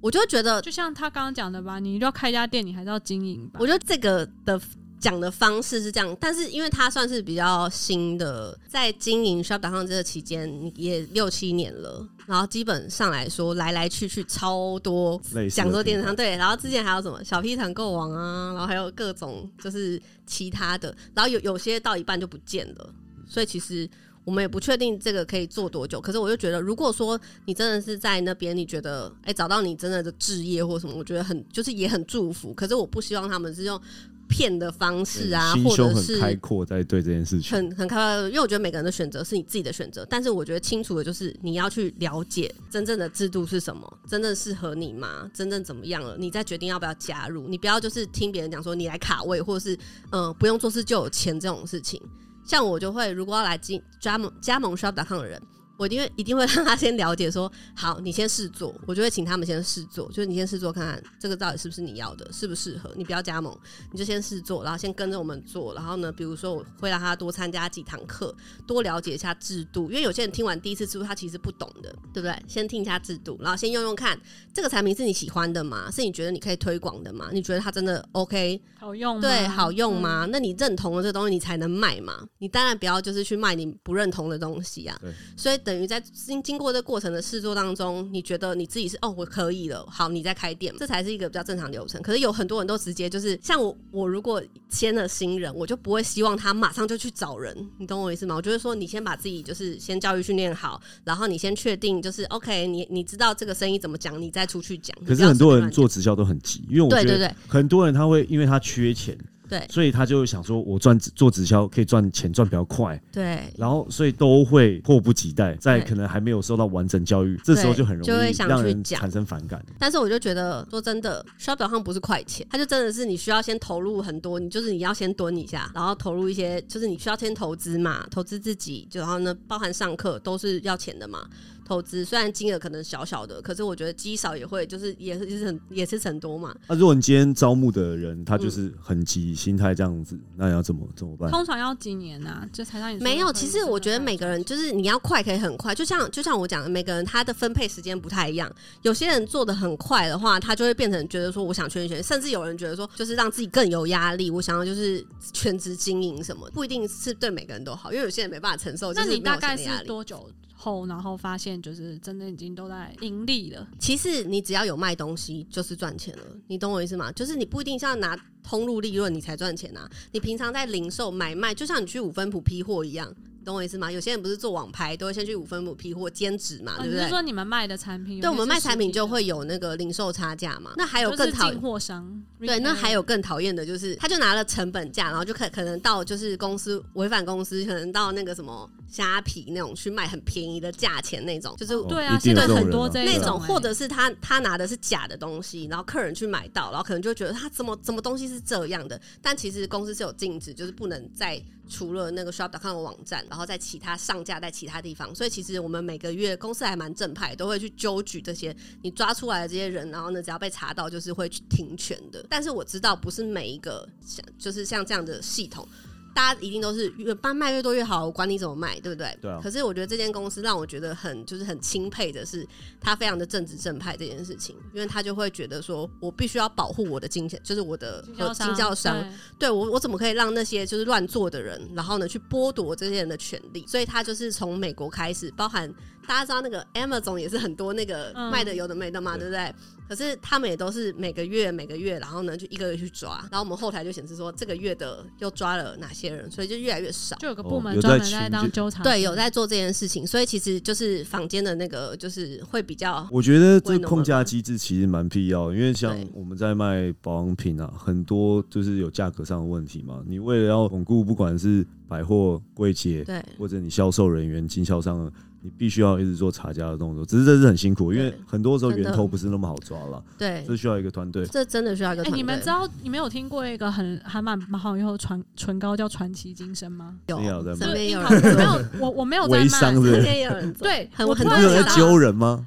C: 我就觉得
A: 就像他刚刚讲的吧，你要开一家店，你还是要经营吧
C: 我。觉得这个的讲的方式是这样，但是因为它算是比较新的，在经营 Shop 打上这个期间也六七年了，然后基本上来说来来去去超多
B: 类似的
C: 讲座电
B: 平台
C: 商对，然后之前还有什么小 P 团购网啊，然后还有各种就是其他的，然后有有些到一半就不见了，所以其实我们也不确定这个可以做多久。可是我就觉得，如果说你真的是在那边，你觉得哎、找到你真的的置业或什么，我觉得很就是也很祝福。可是我不希望他们是用骗的方式啊，
B: 心
C: 或
B: 胸
C: 者
B: 很
C: 是
B: 开阔，在对这件事情，
C: 很很开放，因为我觉得每个人的选择是你自己的选择，但是我觉得清楚的就是你要去了解真正的制度是什么，真正适合你吗？真正怎么样了，你再决定要不要加入。你不要就是听别人讲说你来卡位，或者是嗯、呃不用做事就有钱这种事情。像我就会，如果要来进加盟加盟 shop.com 的人，我一定会一定会让他先了解说，好，你先试做，我就会请他们先试做，就是你先试做看看这个到底是不是你要的，适不适合，你不要加盟，你就先试做，然后先跟着我们做，然后呢，比如说我会让他多参加几堂课，多了解一下制度，因为有些人听完第一次制度他其实不懂的，对不对？先听一下制度，然后先用用看这个产品是你喜欢的吗？是你觉得你可以推广的吗？你觉得它真的 OK？
A: 好用吗
C: 对，好嗯用？吗？那你认同了这个东西，你才能卖嘛。你当然不要就是去卖你不认同的东西啊
B: 对。
C: 所以等于在经经过这过程的试做当中，你觉得你自己是哦，我可以了，好，你再开店，这才是一个比较正常流程。可是有很多人都直接就是像我，我如果签了新人，我就不会希望他马上就去找人，你懂我意思吗？我就会说，你先把自己就是先教育训练好，然后你先确定就是 OK，你你知道这个生意怎么讲，你再出去讲。你
B: 可
C: 不
B: 是
C: 要
B: 很
C: 随便
B: 多
C: 乱
B: 人
C: 讲
B: 做直销都很急，因为我
C: 对
B: 觉
C: 对
B: 得
C: 对
B: 很多人他会因为他缺钱，
C: 对
B: 所以他就想说，我赚做直销可以赚钱赚比较快，
C: 对，
B: 然后所以都会迫不及待，在
C: 对
B: 可能还没有受到完整教育，这时候
C: 对
B: 就很容
C: 就会
B: 易
C: 想
B: 让
C: 去
B: 人
C: 讲
B: 产生反感。
C: 但是我就觉得，说真的，shop 表上不是快钱，它就真的是你需要先投入很多，你就是你要先蹲一下，然后投入一些，就是你需要先投资嘛，投资自己，就然后呢，包含上课都是要钱的嘛。投资虽然金额可能小小的，可是我觉得积少也会，就是也是也是很也是很多嘛。
B: 那、如果你今天招募的人他就是很急，心态这样子，那要怎么怎么办？
A: 嗯通常要几年啊？就才让你说
C: 没有，
A: 可以
C: 其实我觉得每个人就是你要快可以很快，就像就像我讲的，每个人他的分配时间不太一样。有些人做的很快的话，他就会变成觉得说我想圈一圈，甚至有人觉得说就是让自己更有压力，我想要就是全职经营什么，不一定是对每个人都好，因为有些人没办法承受。
A: 那
C: 就是
A: 你
C: 没有
A: 大概
C: 钱的压
A: 是
C: 力
A: 多久后，然后发现就是真的已经都在盈利了？
C: 其实你只要有卖东西就是赚钱了，你懂我意思吗？就是你不一定是要拿通路利润你才赚钱啊，你平常在零售买卖，就像你去五分铺批货一样，你懂我意思吗？有些人不是做网拍，都会先去五分铺批货兼职嘛，
A: 啊
C: 对
A: 你
C: 不
A: 是
C: 对？
A: 说你们卖的产品？
C: 对，我们卖产品就
A: 有
C: 会有那个零售差价嘛。那还有
A: 些是
C: 更
A: 实体的就
C: 讨
A: 是进货商，
C: 对，那
A: retail
C: 还有
B: 哦
C: 更讨厌的就是，他就拿了成本价，然后就可可能到就是公司违反公司，可能到那个什么虾皮那种去卖很便宜的价钱那种，就是
B: 哦
A: 对啊，
B: 一
A: 现
B: 定有
A: 在
B: 这种
A: 很
B: 人
A: 多
B: 啊
A: 这
C: 那
A: 种
C: 种，
A: 欸
C: 或者是他他拿的是假的东西，然后客人去买到，然后可能就觉得他怎么怎么东西是这样的，但其实公司是有禁止，就是不能在除了那个 shop.com 的网站，然后在其他上架在其他地方，所以其实我们每个月公司还蛮正派，都会去揪举这些你抓出来的这些人，然后呢只要被查到就是会去停权的。但是我知道不是每一个像就是像这样的系统。大家一定都是越卖卖越多越好，我管你怎么卖，对不对？
B: 对啊
C: 可是我觉得这间公司让我觉得很就是很钦佩的是，他非常的正直正派这件事情，因为他就会觉得说，我必须要保护我的经销，就是我的
A: 经
C: 呃
A: 销商，
C: 经销商，
A: 对
C: 对我，我怎么可以让那些就是乱做的人，然后呢去剥夺这些人的权利？所以他就是从美国开始，包含大家知道那个 Amazon 也是很多那个
A: 嗯
C: 卖的有的没的嘛，
B: 对
C: 对不对？可是他们也都是每个月每个月，然后呢就一个月去抓，然后我们后台就显示说这个月的又抓了哪些人，所以就越来越少。
A: 就有个
B: 哦
A: 部门
B: 有
A: 专
B: 在
A: 门在
B: 群
A: 当
B: 就
A: 纠察，
C: 对，有。在做这件事情，所以其实就是坊间的那个就是会比较
B: 我觉得这
C: 为
A: 啊
B: 个
C: 了
B: 控
C: 我
B: 价
C: 们
B: 机制其实蛮必要的，因为像
C: 对
B: 我们在卖保养品啊，很多就是有价格上的问题嘛。你为了要巩固，不管是百货柜姐
C: 对
B: 或者你销售人员、经销商，你必须要一直做查价的动作。只是这是很辛苦，因为
C: 对
B: 很多时候
C: 真的
B: 源头不是那么好抓了，
C: 对，
B: 这需要一个团队。
C: 这真的需要一个
A: 哎、
C: 团队。
A: 你们知道你们有听过一个很还蛮蛮好用的唇唇膏叫传奇金生吗？
C: 有
B: 没有在
C: 身
B: 卖
C: 边有
A: 我没
C: 人，
A: 有，我我没有在
B: 微
A: 卖。
B: 商是不
C: 身
B: 是？
C: 边有人做。
A: 对，
C: 很
A: 我
C: 很
A: 突
B: 你不
A: 然
B: 是
A: 想
B: 有在
A: 到，
B: 揪人吗？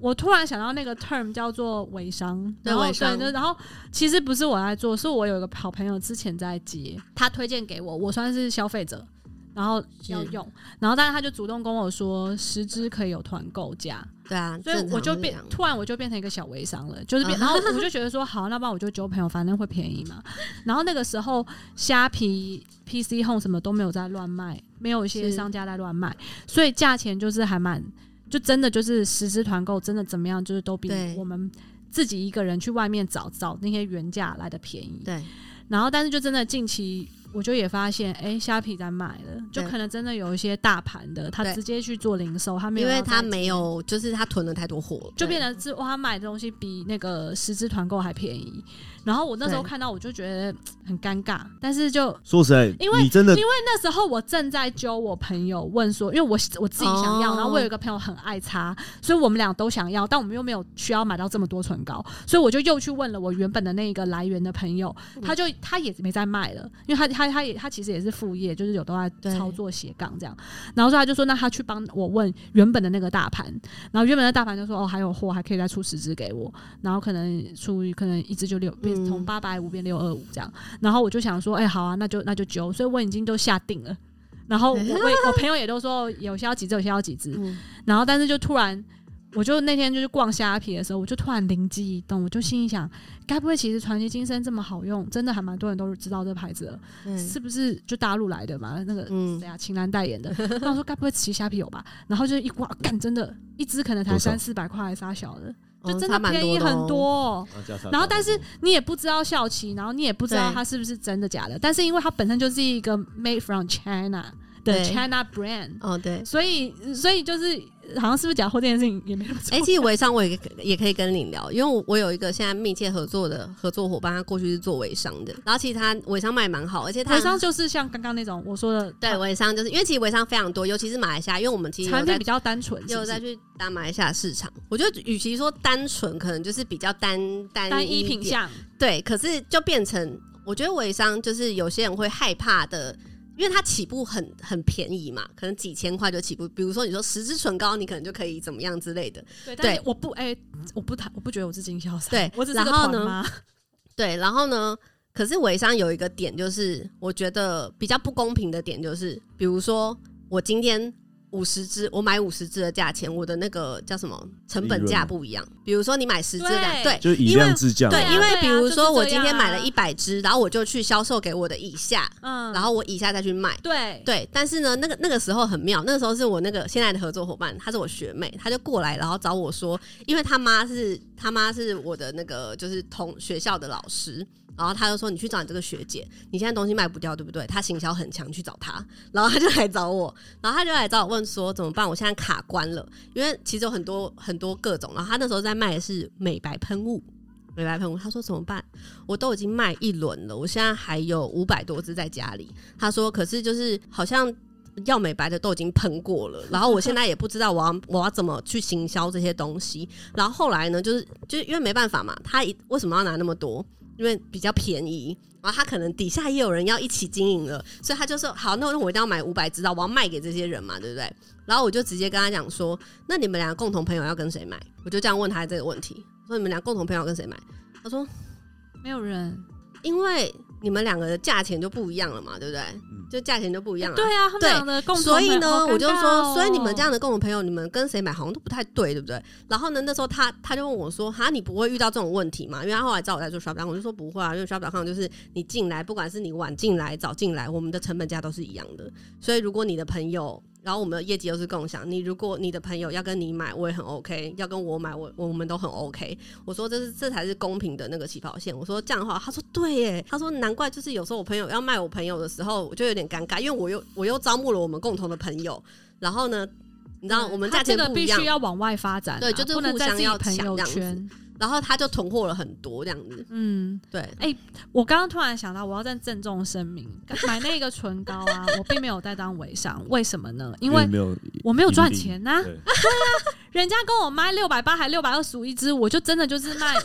A: 我突然想到那个 term 叫做微商，
C: 对
A: 然后
C: 微商
A: 对，然后其实不是我在做，是我有一个好朋友之前在接，他推荐给我，我算是消费者。然后要用，然后但是他就主动跟我说十支可以有团购价，
C: *laughs* 对啊，
A: 所以
C: 正常
A: 我就是
C: 这
A: 变
C: 样啊
A: 突然我就变成一个小微商了，就是变，然后
C: *laughs*
A: 我就觉得说好，那不然我就交朋友，反正会便宜嘛。然后那个时候虾皮、PC Home 什么都没有在乱卖，没有一些
C: 是
A: 商家在乱卖，所以价钱就是还蛮，就真的就是实质团购真的怎么样，就是都比
C: 对
A: 我们自己一个人去外面找找那些原价来的便宜。
C: 对
A: 然后但是就真的近期。我就也发现，哎、虾皮在卖了，就
C: 对
A: 可能真的有一些大盘的，他
C: 对
A: 直接去做零售，他没
C: 因
A: 有
C: 为
A: 要再
C: 他没有，就是他囤了太多货，
A: 就变
C: 得
A: 成是哇，他买的东西比那个实质团购还便宜。然后我那时候
C: 对
A: 看到，我就觉得嘖很尴尬，但是就
B: 说实在
A: 因为，
B: 你真的
A: 因那时候我正在揪我朋友问说，因为我我自己想要，
C: 哦
A: 然后我有一个朋友很爱擦，所以我们俩都想要，但我们又没有需要买到这么多唇膏，所以我就又去问了我原本的那个来源的朋友，他就他也没在卖了，因为他他他也他其实也是副业，就是有都在
C: 对
A: 操作斜杠这样，然后所以他就说那他去帮我问原本的那个大盘，然后原本的大盘就说哦还有货，还可以再出十支给我，然后可能出可能一支就六变
C: 嗯
A: 从八百五变六二五这样。然后我就想说，哎、好啊，那就那就揪，所以我已经都下定了。然后我我也我朋友也都说有些要几只，有些要几只。
C: 嗯
A: 然后但是就突然，我就那天就是逛虾皮的时候，我就突然灵机一动，我就心里想，该不会其实传奇金身这么好用，真的还蛮多人都知道这牌子了，
C: 嗯
A: 是不是就大陆来的嘛？那个
C: 嗯
A: 谁啊，秦岚代言的。那我说该不会其实虾皮有吧？然后就一刮，干真的，一只可能才
B: 多少
A: 三四百块，还是啥小的，就
C: 哦
A: 真
C: 差蛮
A: 便宜
C: 的哦
A: 很多、哦。然后，但是你也不知道效期，然后你也不知道
C: 对
A: 它是不是真的假的。但是因为它本身就是一个 made from China 的
C: 对
A: China brand，
C: 哦，
A: *laughs*
C: 对。
A: 所以所以就是好像是不是假货这件事情也没那么重
C: 哎、其实微商我也可也可以跟你聊，因为我我有一个现在密切合作的合作伙伴，他过去是做微商的，然后其实他微商卖蛮好，而且他
A: 微商就是像刚刚那种我说的，啊
C: 对微商就是因为其实微商非常多，尤其是马来西亚，因为我们其实有
A: 产品
C: 在
A: 比较单纯，
C: 也有
A: 是
C: 在
A: 不是
C: 去打马来西亚市场。我觉得与其说单纯，可能就是比较单单
A: 单
C: 一
A: 一品
C: 点
A: 相，
C: 对，可是就变成，我觉得微商就是有些人会害怕的，因为它起步很很便宜嘛，可能几千块就起步。比如说你说十支唇膏，你可能就可以怎么样之类的。
A: 对，
C: 对
A: 但是我不哎，我不谈，我不觉得我是经销商，
C: 对
A: 我只是个
C: 然后
A: 团
C: 呢
A: 妈，
C: 对，然后呢，可是微商有一个点，就是我觉得比较不公平的点，就是比如说我今天。五十支，我买五十支的价钱，我的那个叫什么成本
B: 利润
C: 价
B: 吗
C: 不一样。比如说你买十支
A: 对
C: 的，对，
B: 就以
C: 因为
B: 量制价嘛，
C: 对，因
A: 对啊
C: 为比如
A: 就是这
C: 说
A: 样
C: 我今天买
A: 啊
C: 了一百支，然后我就去销售给我的以下，
A: *laughs* 嗯，
C: 然后我以下再去卖。
A: 对
C: 对，但是呢，那个那个时候很妙，那个时候是我那个现在的合作伙伴，她是我学妹，她就过来，然后找我说，因为她妈是她妈是我的那个就是同学校的老师，然后她就说你去找你这个学姐，你现在东西卖不掉，对不对？她行销很强，去找她，然后她就来找我，然后她就来找我问说怎么办？我现在卡关了，因为其实有很多很多各种，然后她那时候在卖的是美白喷雾。美白喷雾，她说怎么办？我都已经卖一轮了，我现在还有五百多支在家里，他说，可是就是好像要美白的都已经喷过了，然后我现在也不知道我要 *laughs* 我要怎么去行销这些东西。然后后来呢，就是就是因为没办法嘛，他一为什么要拿那么多？因为比较便宜，然后他可能底下也有人要一起经营了，所以他就说好，那那我一定要买五百支，到啊我要卖给这些人嘛，对不对？然后我就直接跟他讲说，那你们俩共同朋友要跟谁买？我就这样问他这个问题，说你们俩共同朋友要跟谁买？他说
A: 没有人，
C: 因为你们两个的价钱就不一样了嘛，对不对？就价钱就不一样了。
A: 对啊，他们
C: 对
A: 俩的共同
C: 所以
A: 朋友
C: 呢，
A: 好尴
C: 我就
A: 尬
C: 说，
A: 哦
C: 所以你们这样的共同朋友，你们跟谁买好像都不太对，对不对？然后呢，那时候他他就问我说：“哈，你不会遇到这种问题吗？”因为他后来知道我在做 shop.com，我就说不会啊，因为 shop.com 就是你进来，不管是你晚进来、早进来，我们的成本价都是一样的。所以如果你的朋友，然后我们的业绩又是共享，你如果你的朋友要跟你买，我也很 OK；要跟我买，我我们都很 OK。我说这是这才是公平的那个起跑线。我说这样的话，他说对耶，他说难怪就是有时候我朋友要卖我朋友的时候，我就有点尴尬，因为我又我又招募了我们共同的朋友，然后呢，你知道我们
A: 他
C: 价
A: 嗯这
C: 钱
A: 个
C: 不一
A: 必
C: 样
A: 须，要往外发展啊、
C: 对就是
A: 不能
C: 互
A: 在
C: 相
A: 自己
C: 要
A: 朋
C: 抢
A: 友
C: 这样子
A: 圈。
C: 然后他就囤货了很多这样子，
A: 嗯，
C: 对，
A: 我刚刚突然想到，我要再郑重声
C: *laughs*
A: 明，买那个唇膏啊，我并没有在当微商，为什么呢？因为啊
B: 没有
A: 我没有赚钱呐、
B: 对
A: 人家跟我卖六百八还六百二十五一支，我就真的就是卖，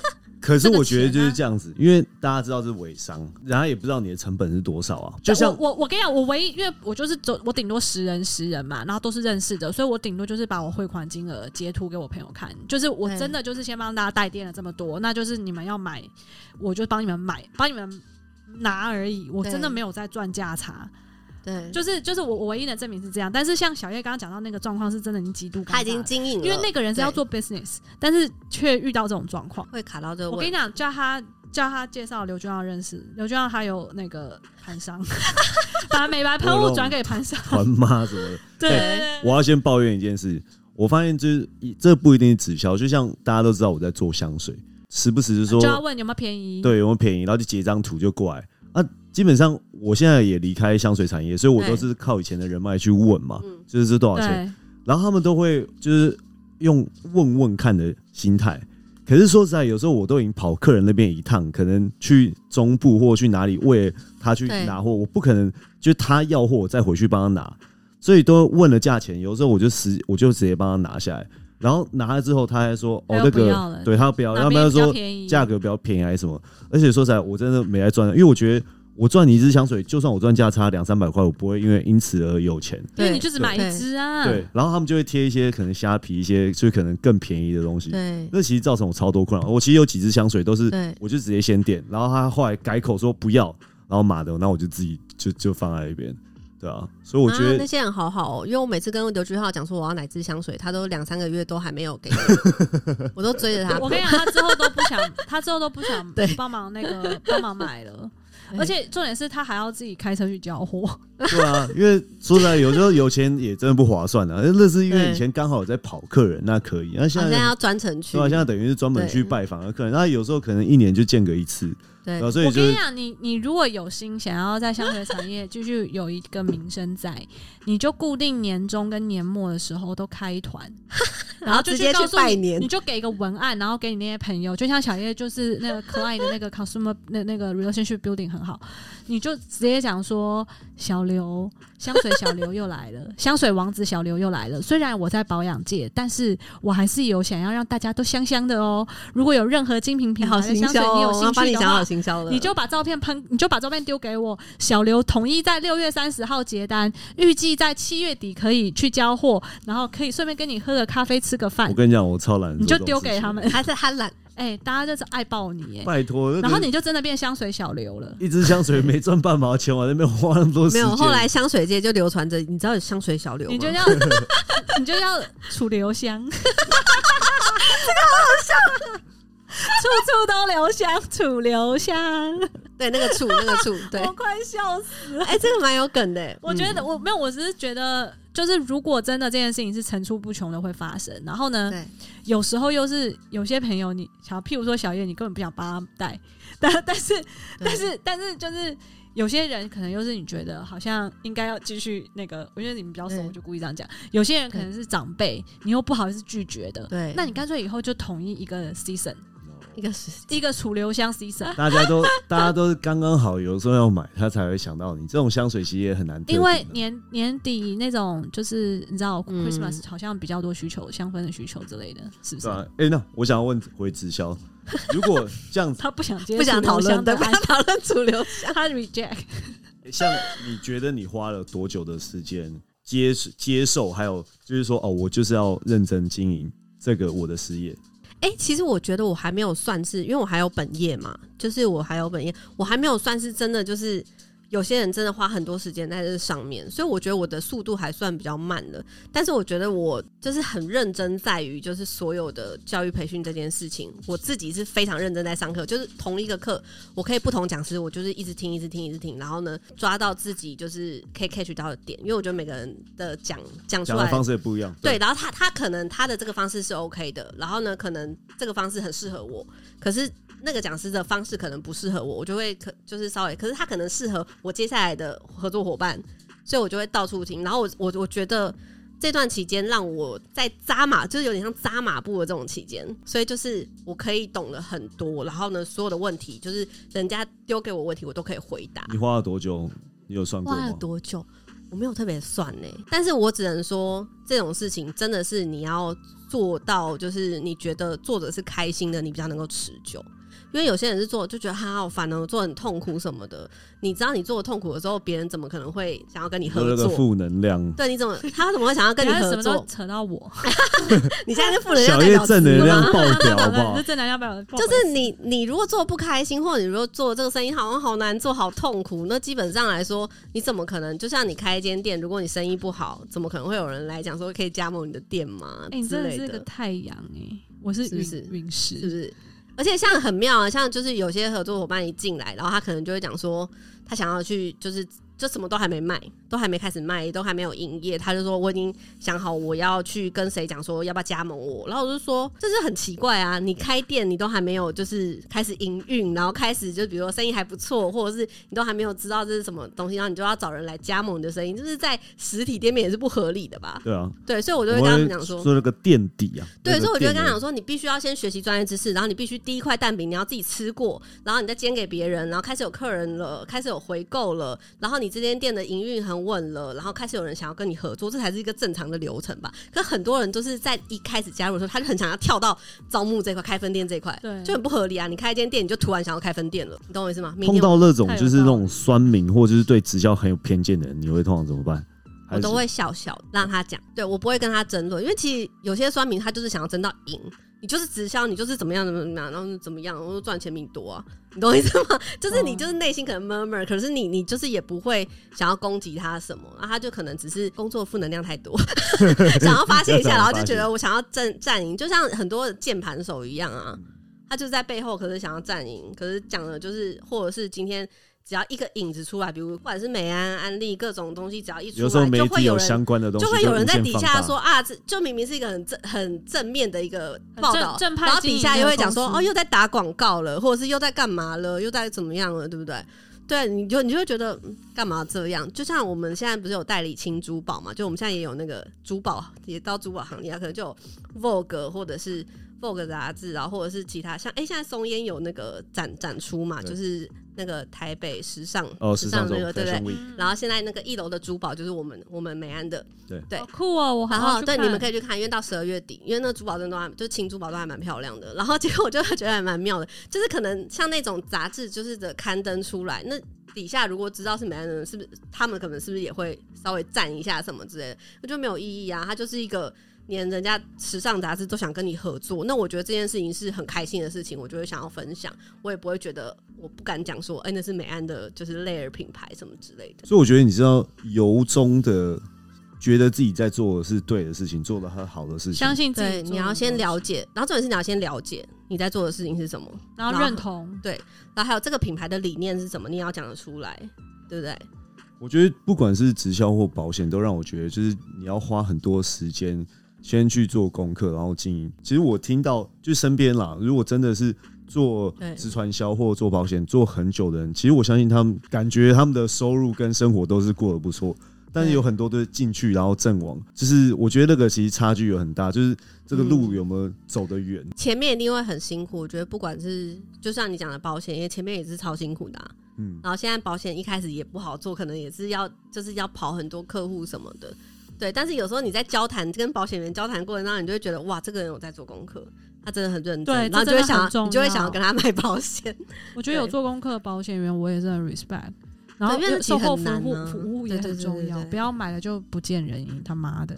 B: 可是
A: 这个
B: 我觉
A: 钱
B: 得
A: 啊
B: 就是这样子，因为大家知道是微商，然后也不知道你的成本是多少啊。就像
A: 我我我跟你讲，我唯一因为我就是走，我顶多十人十人嘛，然后都是认识的，所以我顶多就是把我汇款金额截图给我朋友看，就是我
C: 对
A: 真的就是先帮大家带电了这么多，那就是你们要买，我就帮你们买，帮你们拿而已，我真的
C: 对
A: 没有在赚价差。
C: 对，
A: 就是就是我我唯一的证明是这样，但是像小叶刚刚讲到那个状况，是真的已经极度尴尬了，
C: 他已经经营了，
A: 因为那个人是要
C: 对
A: 做 business，但是却遇到这种状况。
C: 会卡到这个
A: 我跟
C: 问
A: 你
C: 题。
A: 讲，叫他叫他介绍刘俊耀认识，刘俊耀他有那个盘
C: *laughs*
A: 商，把美白喷雾转给盘商。
B: 团妈什么的。
A: 对
C: 哎
A: 对对 *laughs*
B: 我要先抱怨一件事，我发现就是这不一定是直销，就像大家都知道我在做香水，时不时就
A: 对，
B: 说
A: 啊就要问有没有便宜。
B: 对有没有便宜，然后就截张图就过来。啊，基本上我现在也离开香水产业，所以我都是靠以前的人脉去问嘛，
C: 嗯，
B: 就是这多少钱，
A: 对，
B: 然后他们都会就是用问问看的心态。可是说实在，有时候我都已经跑客人那边一趟，可能去中部或去哪里为他去
C: 对
B: 拿货，我不可能就他要货我再回去帮他拿，所以都问了价钱。有时候我就直我就直接帮他拿下来，然后拿了之后他还说哦
A: 他又
B: 那
A: 不要
B: 个
A: 了
B: 对他不要，
A: 哪
B: 要不然
A: 边
B: 他
A: 比较
B: 说
A: 便宜？
B: 价格比较便宜还是什么。而且说实在，我真的没来赚，因为我觉得我赚你一支香水，就算我赚价差两三百块，我不会因为因此而有钱。
A: 因为
C: 对
A: 你就只买一支啊。
B: 对，然后他们就会贴一些可能虾皮一些，就可能更便宜的东西。
C: 对
B: 那其实造成我超多困扰。我其实有几支香水都是，
C: 对
B: 我就直接先点，然后他后来改口说不要，然后马的，那我就自己就就放在一边，对啊。所以我觉
C: 啊、
B: 得、
C: 那些人好好、哦，因为我每次跟刘俊浩讲说我要哪支香水，他都两三个月都还没有给我，我都追着他。
A: 我跟你讲，他之后都不想，他之后都不想
C: 对
A: 帮忙那个帮忙买了，
C: 对
A: 而且重点是他还要自己开车去交货。
B: 对啊，因为说实在，有时候有钱也真的不划算啊。那是因为以前刚好有在跑客人，那可以，那
C: 好
B: 现
C: 像
B: 在。
C: 要专程去
B: 对啊，，现在等于是专门
C: 对
B: 去拜访的客人，那有时候可能一年就见个一次，
C: 对
B: 然后所以
A: 我
B: 就
A: 跟你讲，你你如果有心想要在香水产业 *laughs* 继续有一个名声在，你就固定年终跟年末的时候都开一
C: *laughs*
A: 团，然后就
C: 直接去
A: 告诉
C: 拜
A: 你
C: 年
A: 你就给一个文案，然后给你那些朋友，就像小叶就是那个 client 的那个 *laughs* consumer 那那个 relationship building 很好，你就直接讲说小刘香水小刘又来了，香水王子小刘又来了。虽然我在保养界，但是我还是有想要让大家都香香的哦。如果有任何精品品牌
C: 好
A: 的
C: 行
A: 香水，
C: 销、哦，
A: 你有
C: 我
A: 兴
C: 要帮
A: 趣
C: 你
A: 的
C: 想
A: 话
C: 好，行销了，
A: 你就把照片喷，你就把照片丢给我。小刘统一在六月三十号结单，预计在七月底可以去交货，然后可以顺便跟你喝个咖啡、吃个
B: 我
A: 饭，
B: 跟你讲，我超懒得
A: 你
B: 做
A: 就
B: 这
A: 丢
B: 种事情
A: 给他们。
C: 还是
B: *laughs*
C: 他懒，
A: 哎、大家就是爱爆你哎、
B: 拜托。那个
A: 然后你就真的变香水小刘了。
B: 一支香水没赚半毛钱，我在那边花那么多时
C: 没
B: 间。
C: 有。后来香水界就流传着，你 *laughs* 知道有香水小刘吗？
A: 你就要， *laughs* 你就要楚留香， *laughs* 这个好 *laughs* 笑，处处都留香，楚留香，
C: 对那个处那个处，对
A: *laughs* 我，快笑死！
C: 哎、这个蛮有梗的，欸
A: 我觉得我没有，我只是觉得，就是如果真的这件事情是层出不穷的会发生，然后呢，
C: 嗯对，
A: 有时候又是有些朋友你想，譬如说小叶，你根本不想帮他带， *laughs* 但但是但是但是就是有些人可能又是你觉得好像应该要继续那个，我觉得你们比较熟，
C: 对
A: 我就故意这样讲。有些人可能是长辈，你又不好意思拒绝的，
C: 对
A: 那你干脆以后就统一一个 season，
C: 一个是
A: 一个楚留香 season，
B: 大家都 *laughs* 大家都是刚刚好，有时候要买，他才会想到你。这种香水其实也很难特定
A: 因
B: 啊，
A: 为年年底那种就是你知道
C: 嗯
A: Christmas 好像比较多需求香氛的需求之类的，是不是
B: 对？
C: 啊
B: 吧？哎，那我想要问回直销， *laughs* 如果这样子，
A: 他不想接，
C: 不想讨论
A: 的
C: 对，不想讨论主流香。
A: 他 reject。
B: 像你觉得你花了多久的时间接接受，还有就是说哦，我就是要认真经营这个我的事业，
C: 哎、其实我觉得我还没有算是，因为我还有本业嘛，就是我还有本业，我还没有算是真的就是。有些人真的花很多时间在这上面，所以我觉得我的速度还算比较慢的。但是我觉得我就是很认真，在于就是所有的教育培训这件事情，我自己是非常认真在上课。就是同一个课，我可以不同讲师，我就是一直听，一直听，一直听，然后呢，抓到自己就是可以 catch 到的点。因为我觉得每个人的讲讲出
B: 讲的
C: 来
B: 方式也不一样。
C: 对，，然后他他可能他的这个方式是 OK 的，然后呢，可能这个方式很适合我，可是那个讲师的方式可能不适合我，我就会可就是稍微，可是他可能适合我接下来的合作伙伴，所以我就会到处听。然后我我我觉得这段期间让我在扎马，就是有点像扎马步的这种期间，所以就是我可以懂得很多，然后呢，所有的问题就是人家丢给我问题，我都可以回答。
B: 你花了多久？你有算过
C: 花了
B: 吗？
C: 多久？我没有特别算呢、但是我只能说这种事情真的是你要做到，就是你觉得做的是开心的，你比较能够持久。因因为有些人是做就觉得哈好烦哦，我做很痛苦什么的。你知道你做痛苦的时候，别人怎么可能会想要跟你
B: 有那
C: 合
B: 个
C: 作？
B: 负能量，
C: 对，你怎么他怎么会想要
A: *laughs*
C: *laughs* 跟你
A: 等一下
C: 合
A: 什么
C: 作
A: 都？扯到
C: *laughs*
A: 我，
C: 你现在是负能量
B: 小
C: 代
B: 叶
C: 表
B: 正
C: 词
B: 能
C: 了
B: 量
C: 吗？
B: 爆表，
C: 啊
B: 好不好
A: *laughs*
C: *laughs*
A: 这？正能量表
C: 就是你，你如果做不开心，或者你如果做这个生意好像好难做，好痛苦，那基本上来说，你怎么可能？就像你开一间店，如果你生意不好，怎么可能会有人来讲说可以加盟你的店吗？
A: 哎，你
C: 之
A: 真的
C: 类
A: 是个
C: 的，
A: 太阳哎，我是
C: 是不是
A: 陨陨
C: 是不
A: 石，
C: 是？而且像很妙啊，像就是有些合作伙伴一进来，然后他可能就会讲说，他想要去就是。就什么都还没卖，都还没开始卖，都还没有营业，他就说我已经想好我要去跟谁讲说要不要加盟我，然后我就说这是很奇怪啊，你开店你都还没有就是开始营运，然后开始就比如说生意还不错，或者是你都还没有知道这是什么东西，然后你就要找人来加盟你的生意，就是在实体店面也是不合理的吧？
B: 对啊，
C: 对，所以我
B: 我
C: 就会跟他们讲说，
B: 做那个垫底啊。
C: 对，
B: 那个
C: 所以我觉得刚
B: 垫
C: 才
B: 底
C: 讲说，你必须要先学习专业知识，然后你必须第一块蛋饼你要自己吃过，然后你再煎给别人，然后开始有客人了，开始有回购了，然后你这间店的营运很稳了，然后开始有人想要跟你合作，这才是一个正常的流程吧。可很多人都是在一开始加入的时候，他就很想要跳到招募这一块、开分店这一块，
A: 对嗯
C: 就很不合理啊！你开一间店，你就突然想要开分店了，你懂我意思吗？明
B: 碰
C: 天我
B: 到那种
A: 太有
B: 就是那
A: 道
B: 种
A: 理
B: 酸民或者是对直销很有偏见的人，你会通常怎么办？还是
C: 我都会笑笑让他讲，对我不会跟他争论，因为其实有些酸民他就是想要争到赢，你就是直销，你就是怎么样怎么样，然后怎么样，我说赚钱比你多啊，你懂我意思吗？就是你
A: 哦
C: 就是内心可能 murmur，可是你你就是也不会想要攻击他什么，然后他就可能只是工作负能量太
B: *laughs*
C: 多，想要发泄一下，
B: 想要
C: 然后
B: 发
C: 就
B: 泄
C: 觉得我想要占占赢，就像很多键盘手一样啊，
B: 嗯
C: 他就在背后可是想要占赢，可是讲的就是或者是今天。只要一个影子出来，比如不管是美安、安利各种东西，只要一出来，
B: 有时候媒
C: 就
B: 体
C: 会有人
B: 相关的东西，
C: 就会有人在
B: 无限
C: 底
B: 放
C: 下
B: 大
C: 说啊，这就明明是一个很正很正面的一个
A: 很
C: 报
A: 正
C: 道，
A: 正派
C: 然后
A: 经
C: 底
A: 营
C: 下
A: 的
C: 又会讲说
A: 公司
C: 哦，又在打广告了，或者是又在干嘛了，又在怎么样了，对不对？对，你就你就会觉得嗯干嘛这样？就像我们现在不是有代理轻珠宝嘛，就我们现在也有那个珠宝，也到珠宝行业啊，可能就有 Vogue 或者是 Vogue 杂志啊，或者是其他像哎、现在松烟有那个展展出嘛，
B: 对
C: 就是那个台北时尚
B: 哦，
C: 时
B: 时
C: 尚
B: 尚
C: 那
B: 周
C: 个对不对
B: Fashion？Week，
C: 然后现在那个一楼的珠宝就是我们我们美安的对
A: 好酷哦，我
C: 然后对你们可
A: 以
C: 以去看，因为到十二月底，因为那珠宝真的都还就青珠宝都还蛮漂亮的。然后结果我就会觉得还蛮妙的，就是可能像那种杂志就是的刊登出来，那底下如果知道是美安人，是不是他们可能是不是也会稍微赞一下什么之类的？那就没有意义啊，它就是一个。连人家时尚杂志都想跟你合作，那我觉得这件事情是很开心的事情，我就会想要分享，我也不会觉得我不敢讲说，哎、那是美安的，就是 Layer 品牌什么之类的。
B: 所以我觉得你知道由衷的觉得自己在做的是对的事情，做的很好的事情
A: 相，信自己
C: 对，
A: 做
C: 你要
A: 的
C: 先
A: 东
C: 了解，然后重点是你要先了解你在做的事情是什么，
A: 西，然后认同，
C: 然后还有这个品牌的理念是什么，你也要讲得出来，对不对？
B: 我觉得不管是直销或保险，都让我觉得就是你要花很多时间先去做功课，然后经营。其实我听到就身边啦，如果真的是做
C: 对
B: 直传销或做保险做很久的人，其实我相信他们感觉他们的收入跟生活都是过得不错。但是有很多都是进去然后阵亡，就是我觉得那个其实差距有很大，就是这个路有没有走得远。
C: 前面一定会很辛苦，我觉得不管是就像你讲的保险业，前面也是超辛苦的啊、
B: 嗯，
C: 然后现在保险一开始也不好做，可能也是要就是要跑很多客户什么的。对，但是有时候你在交谈跟保险员交谈过程当中，你就会觉得哇，这个人有在做功课，他真的很认真，
A: 对
C: 然后你
A: 这真
C: 就会
A: 的很
C: 想要，
A: 重
C: 你就会想要
A: 要
C: 跟他买保险。 *laughs*
A: 我觉得有
C: 对
A: 做功课的保险员，我也是很 respect。然后
C: 对因为其实
A: 售后
C: 很
A: 服
C: 难
A: 务
C: 啊
A: 服务也
C: 对对
A: 很
C: 对
A: 重
C: 对
A: 要，
C: 对
A: 不要买了就不见人影，他妈的！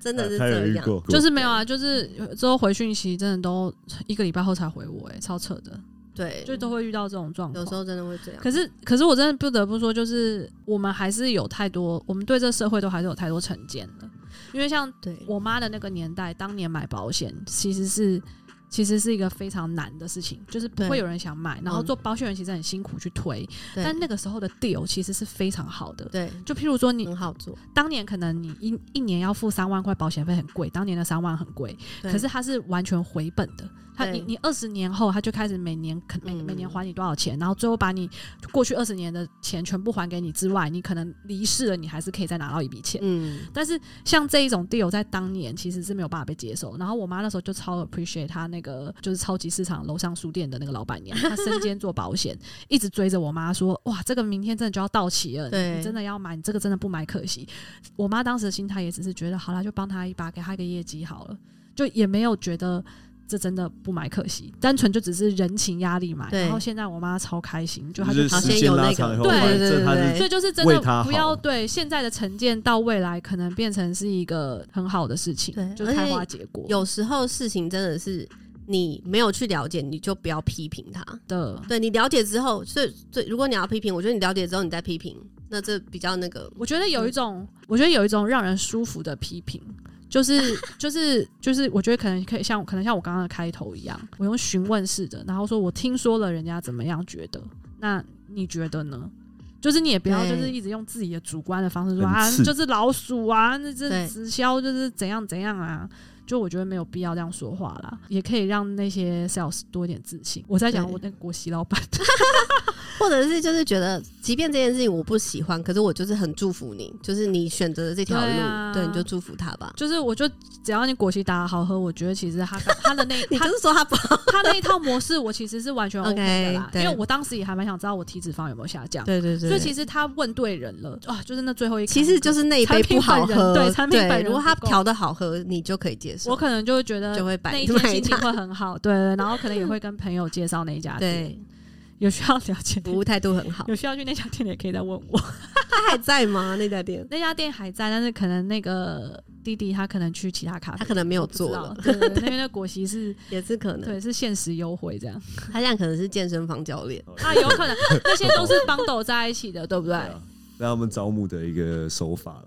C: 真的是
B: 他有
C: 这
B: 遇
C: 样，
B: 过，
A: 就是没有啊，就是之后回讯息真的都一个礼拜后才回我、哎，超扯的，
C: 对，
A: 就都会遇到这种状况。
C: 有时候真的会这样。
A: 可是，可是我真的不得不说，就是我们还是有太多，我们对这社会都还是有太多成见的。因为像
C: 对，
A: 我妈的那个年代，当年买保险其实是其实是一个非常难的事情，就是不
C: 对
A: 会有人想买，然后
C: 嗯
A: 做保险人其实很辛苦去推，
C: 对
A: 但那个时候的 deal 其实是非常好的。
C: 对，嗯
A: 就譬如说你，
C: 很好做。
A: 当年可能你一一年要付三万块保险费很贵，当年的三万很贵，
C: 对
A: 可是它是完全回本的。它
C: 对
A: 你你二十年后，它就开始每年可每
C: 嗯
A: 每年还你多少钱，然后最后把你过去二十年的钱全部还给你之外，你可能离世了，你还是可以再拿到一笔钱。
C: 嗯，
A: 但是像这一种 deal 在当年其实是没有办法被接受。然后我妈那时候就超 appreciate 她那个就是超级市场楼上书店的那个老
C: *laughs*
A: 板娘，她身兼做保险，一直追着我妈说：“哇，这个明天真的就要到期了，
C: 对
A: 你你真的要买，你这个真的不买可惜。”我妈当时的心态也只是觉得好啦，就帮她一把，给她一个业绩好了，就也没有觉得。这真的不买可惜，单纯就只是人情压力买。
C: 对
A: 然后现在我妈超开心，就她
B: 就
A: 就是
C: 好
B: 时
C: 先
B: 间
C: 有
B: 拉
C: 那
B: 长
C: 个
B: 以后，
A: 对
B: 反
C: 对
B: 正
C: 对
B: 它
C: 对
B: 是
A: 所以就是真
B: 为她
A: 的
B: 好
A: 不要对现在的成见到未来可能变成是一个很好的事情，
C: 对
A: 就
C: 而且
A: 开花结果
C: 有时候事情真的是你没有去了解，你就不要批评他。
A: 的。
C: 对你了解之后，所以所以如果你要批评，我觉得你了解之后你再批评，那这比较那个
A: 我觉得有一种，我觉得有一种让人舒服的批评，就是
C: *laughs*
A: 就是就是，我觉得可能可以像可能像我刚刚的开头一样，我用询问式的，然后说我听说了人家怎么样觉得，那你觉得呢？就是你也不要
C: 对
A: 就是一直用自己的主观的方式说
B: 很
A: 啊，
B: 刺
A: 就是老鼠啊，那这
C: 对
A: 直销就是怎样怎样啊。就我觉得没有必要这样说话啦，也可以让那些 sales 多一点自信。我在讲
C: 对
A: 我那个国玺老板， *laughs*
C: 或者是就是觉得，即便这件事情我不喜欢，可是我就是很祝福你，就是你选择的这条路，
A: 对啊
C: 对，你就祝福他吧。
A: 就是我就只要你果昔打得好喝，我觉得其实他他的那
C: *laughs* 你
A: 他
C: 就是说他不好，
A: 他那一套模式，我其实是完全 OK 的啦
C: OK，对
A: 因为我当时也还蛮想知道我体脂肪有没有下降，
C: 对对对
A: 所以其
C: 实
A: 实他问对人了啊，就是那最后一，
C: 其实就是那一杯不好
A: 产
C: 喝，
A: 品本人对产品本人
C: 如果他
A: 不够
C: 调的好喝，你就可以接受，
A: 我可能就会觉
C: 就
A: 得
C: 会
A: 那
C: 摆
A: 一
C: 买
A: 天心情
C: 它。
A: 会很好，对，然后可能也会跟朋友介绍那一家店，
C: 对，
A: 有需要了解的
C: 服务态度很 *laughs* 好。
A: 有需要去那家店的也可以再问
C: *laughs*
A: 我，
C: 他还在吗？那家店？
A: 那家店还在，但是可能那个弟弟他可能去其他咖啡，
C: 他可能没有做
A: 了
C: 了，，
A: 对对对因为那果昔
C: *laughs*
A: 是
C: 也是可能。
A: 对是限时优惠
C: *laughs*
A: 这样
C: 他现在可能是健身房教练，
A: 啊，有可能那些都是帮斗在一起的，对不对？
B: 啊让哦他们招募的一个手法了。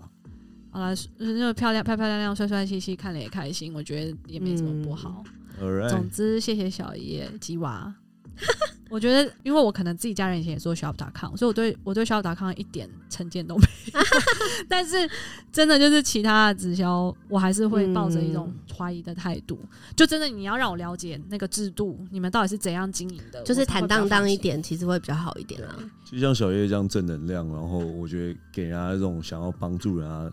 A: 好了，那个漂亮、漂漂亮亮、帅帅气气，看了也开心，我觉得也没什么不好。
B: All right，
A: 总之，谢谢小叶吉娃。 *laughs* 我觉得，因为我可能自己家人以前也做 shop.com，所以我对我对 shop.com 一点成见都没有。 *laughs* 但是，真的就是其他的直销，我还是会抱着一种
C: 嗯
A: 怀疑的态度。就真的你要让我了解那个制度，你们到底是怎样经营的，
C: 就是坦荡荡一
A: 我才会比较放心。
C: 点，其实会比较好一点啊啦。
B: 就像小叶这样正能量，然后我觉得给人家这种想要帮助人啊，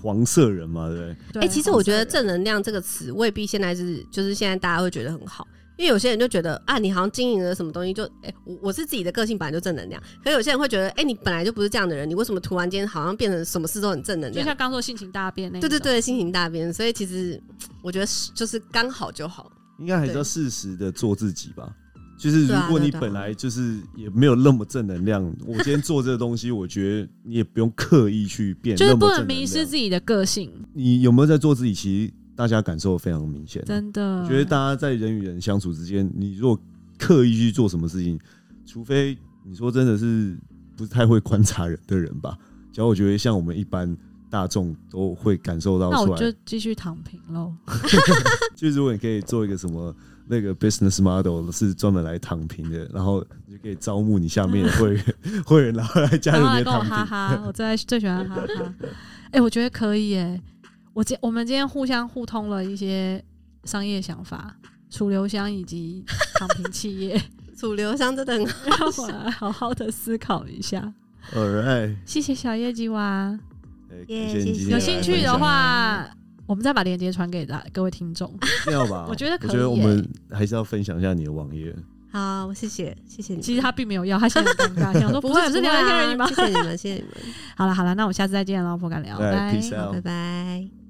B: 黄色人嘛，对不对？
A: 对，
C: 哎、其实我觉得“正能量”这个词未必现在是，就是现在大家会觉得很好，因为有些人就觉得啊，你好像经营了什么东西就，哎、我我是自己的个性本来就正能量，可有些人会觉得，哎、你本来就不是这样的人，你为什么突然间好像变成什么事都很正能
A: 就
C: 量？
A: 像刚说性情大变那一
C: 对对
A: 种
C: 对，心情大变，所以其实我觉得是就是刚好就好。
B: 应该还是要适时的做自己
A: 啊
B: 吧。就是如果
C: 对啊
B: 你
C: 对啊
B: 本来就是也没有那么正能量，我今天做这个东西，我觉得你也不用刻意去变，
A: 就是
B: 那么
A: 不能
B: 正
A: 迷失
B: 量
A: 自己的个性，
B: 你有没有在做自己？其实大家感受非常明显。啊
A: 真的。
B: 我觉得大家在人与人相处之间，你如果刻意去做什么事情，除非你说真的是不太会观察人的人吧。 *laughs* 只要我觉得像我们一般大众都会感受到
A: 那
B: 出
A: 我
B: 来，
A: 就继续躺平
B: *laughs*
A: 喽。
B: 就如果你可以做一个什么那个 business model 是专门来躺平的，然后你就可以招募你下面的会员 *laughs* 会员，然后来加
A: 嗯然
B: 入
A: 后
B: 啊你
A: 来
B: 的
A: 跟我哈
B: 躺平。 *laughs*
A: 哈，我最最喜欢哈哈。哎、我觉得可以哎、我今我们今天互相互通了一些商业想法，储留箱以及躺平企业，
C: 楚留香真的很好，
A: 让我来好好的思考一下。
B: All right，
A: 谢谢小叶吉娃，
B: 哎
C: 耶
B: 感谢你今天
A: 有
B: 来
A: 兴
B: 分
A: 趣的
B: 享
A: 话，我们再把链接传给大各位听众。
B: 一定要吧？
A: 我觉得可以
B: 我觉得我
A: 耶
B: 们还是要分享一下你的网页。
C: 好，谢谢谢谢你们。
A: 其实他并没有要，他现在很尴尬，想说
C: 不
A: 不
C: 会
A: 是只是
C: 不会
A: 聊天
C: 啊
A: 而已吗？
C: 谢谢你们，谢谢你们，
A: 好了好了，那我们下次再见喽，不敢聊，
B: All right，
A: 拜。
B: peace out
C: 好，拜拜。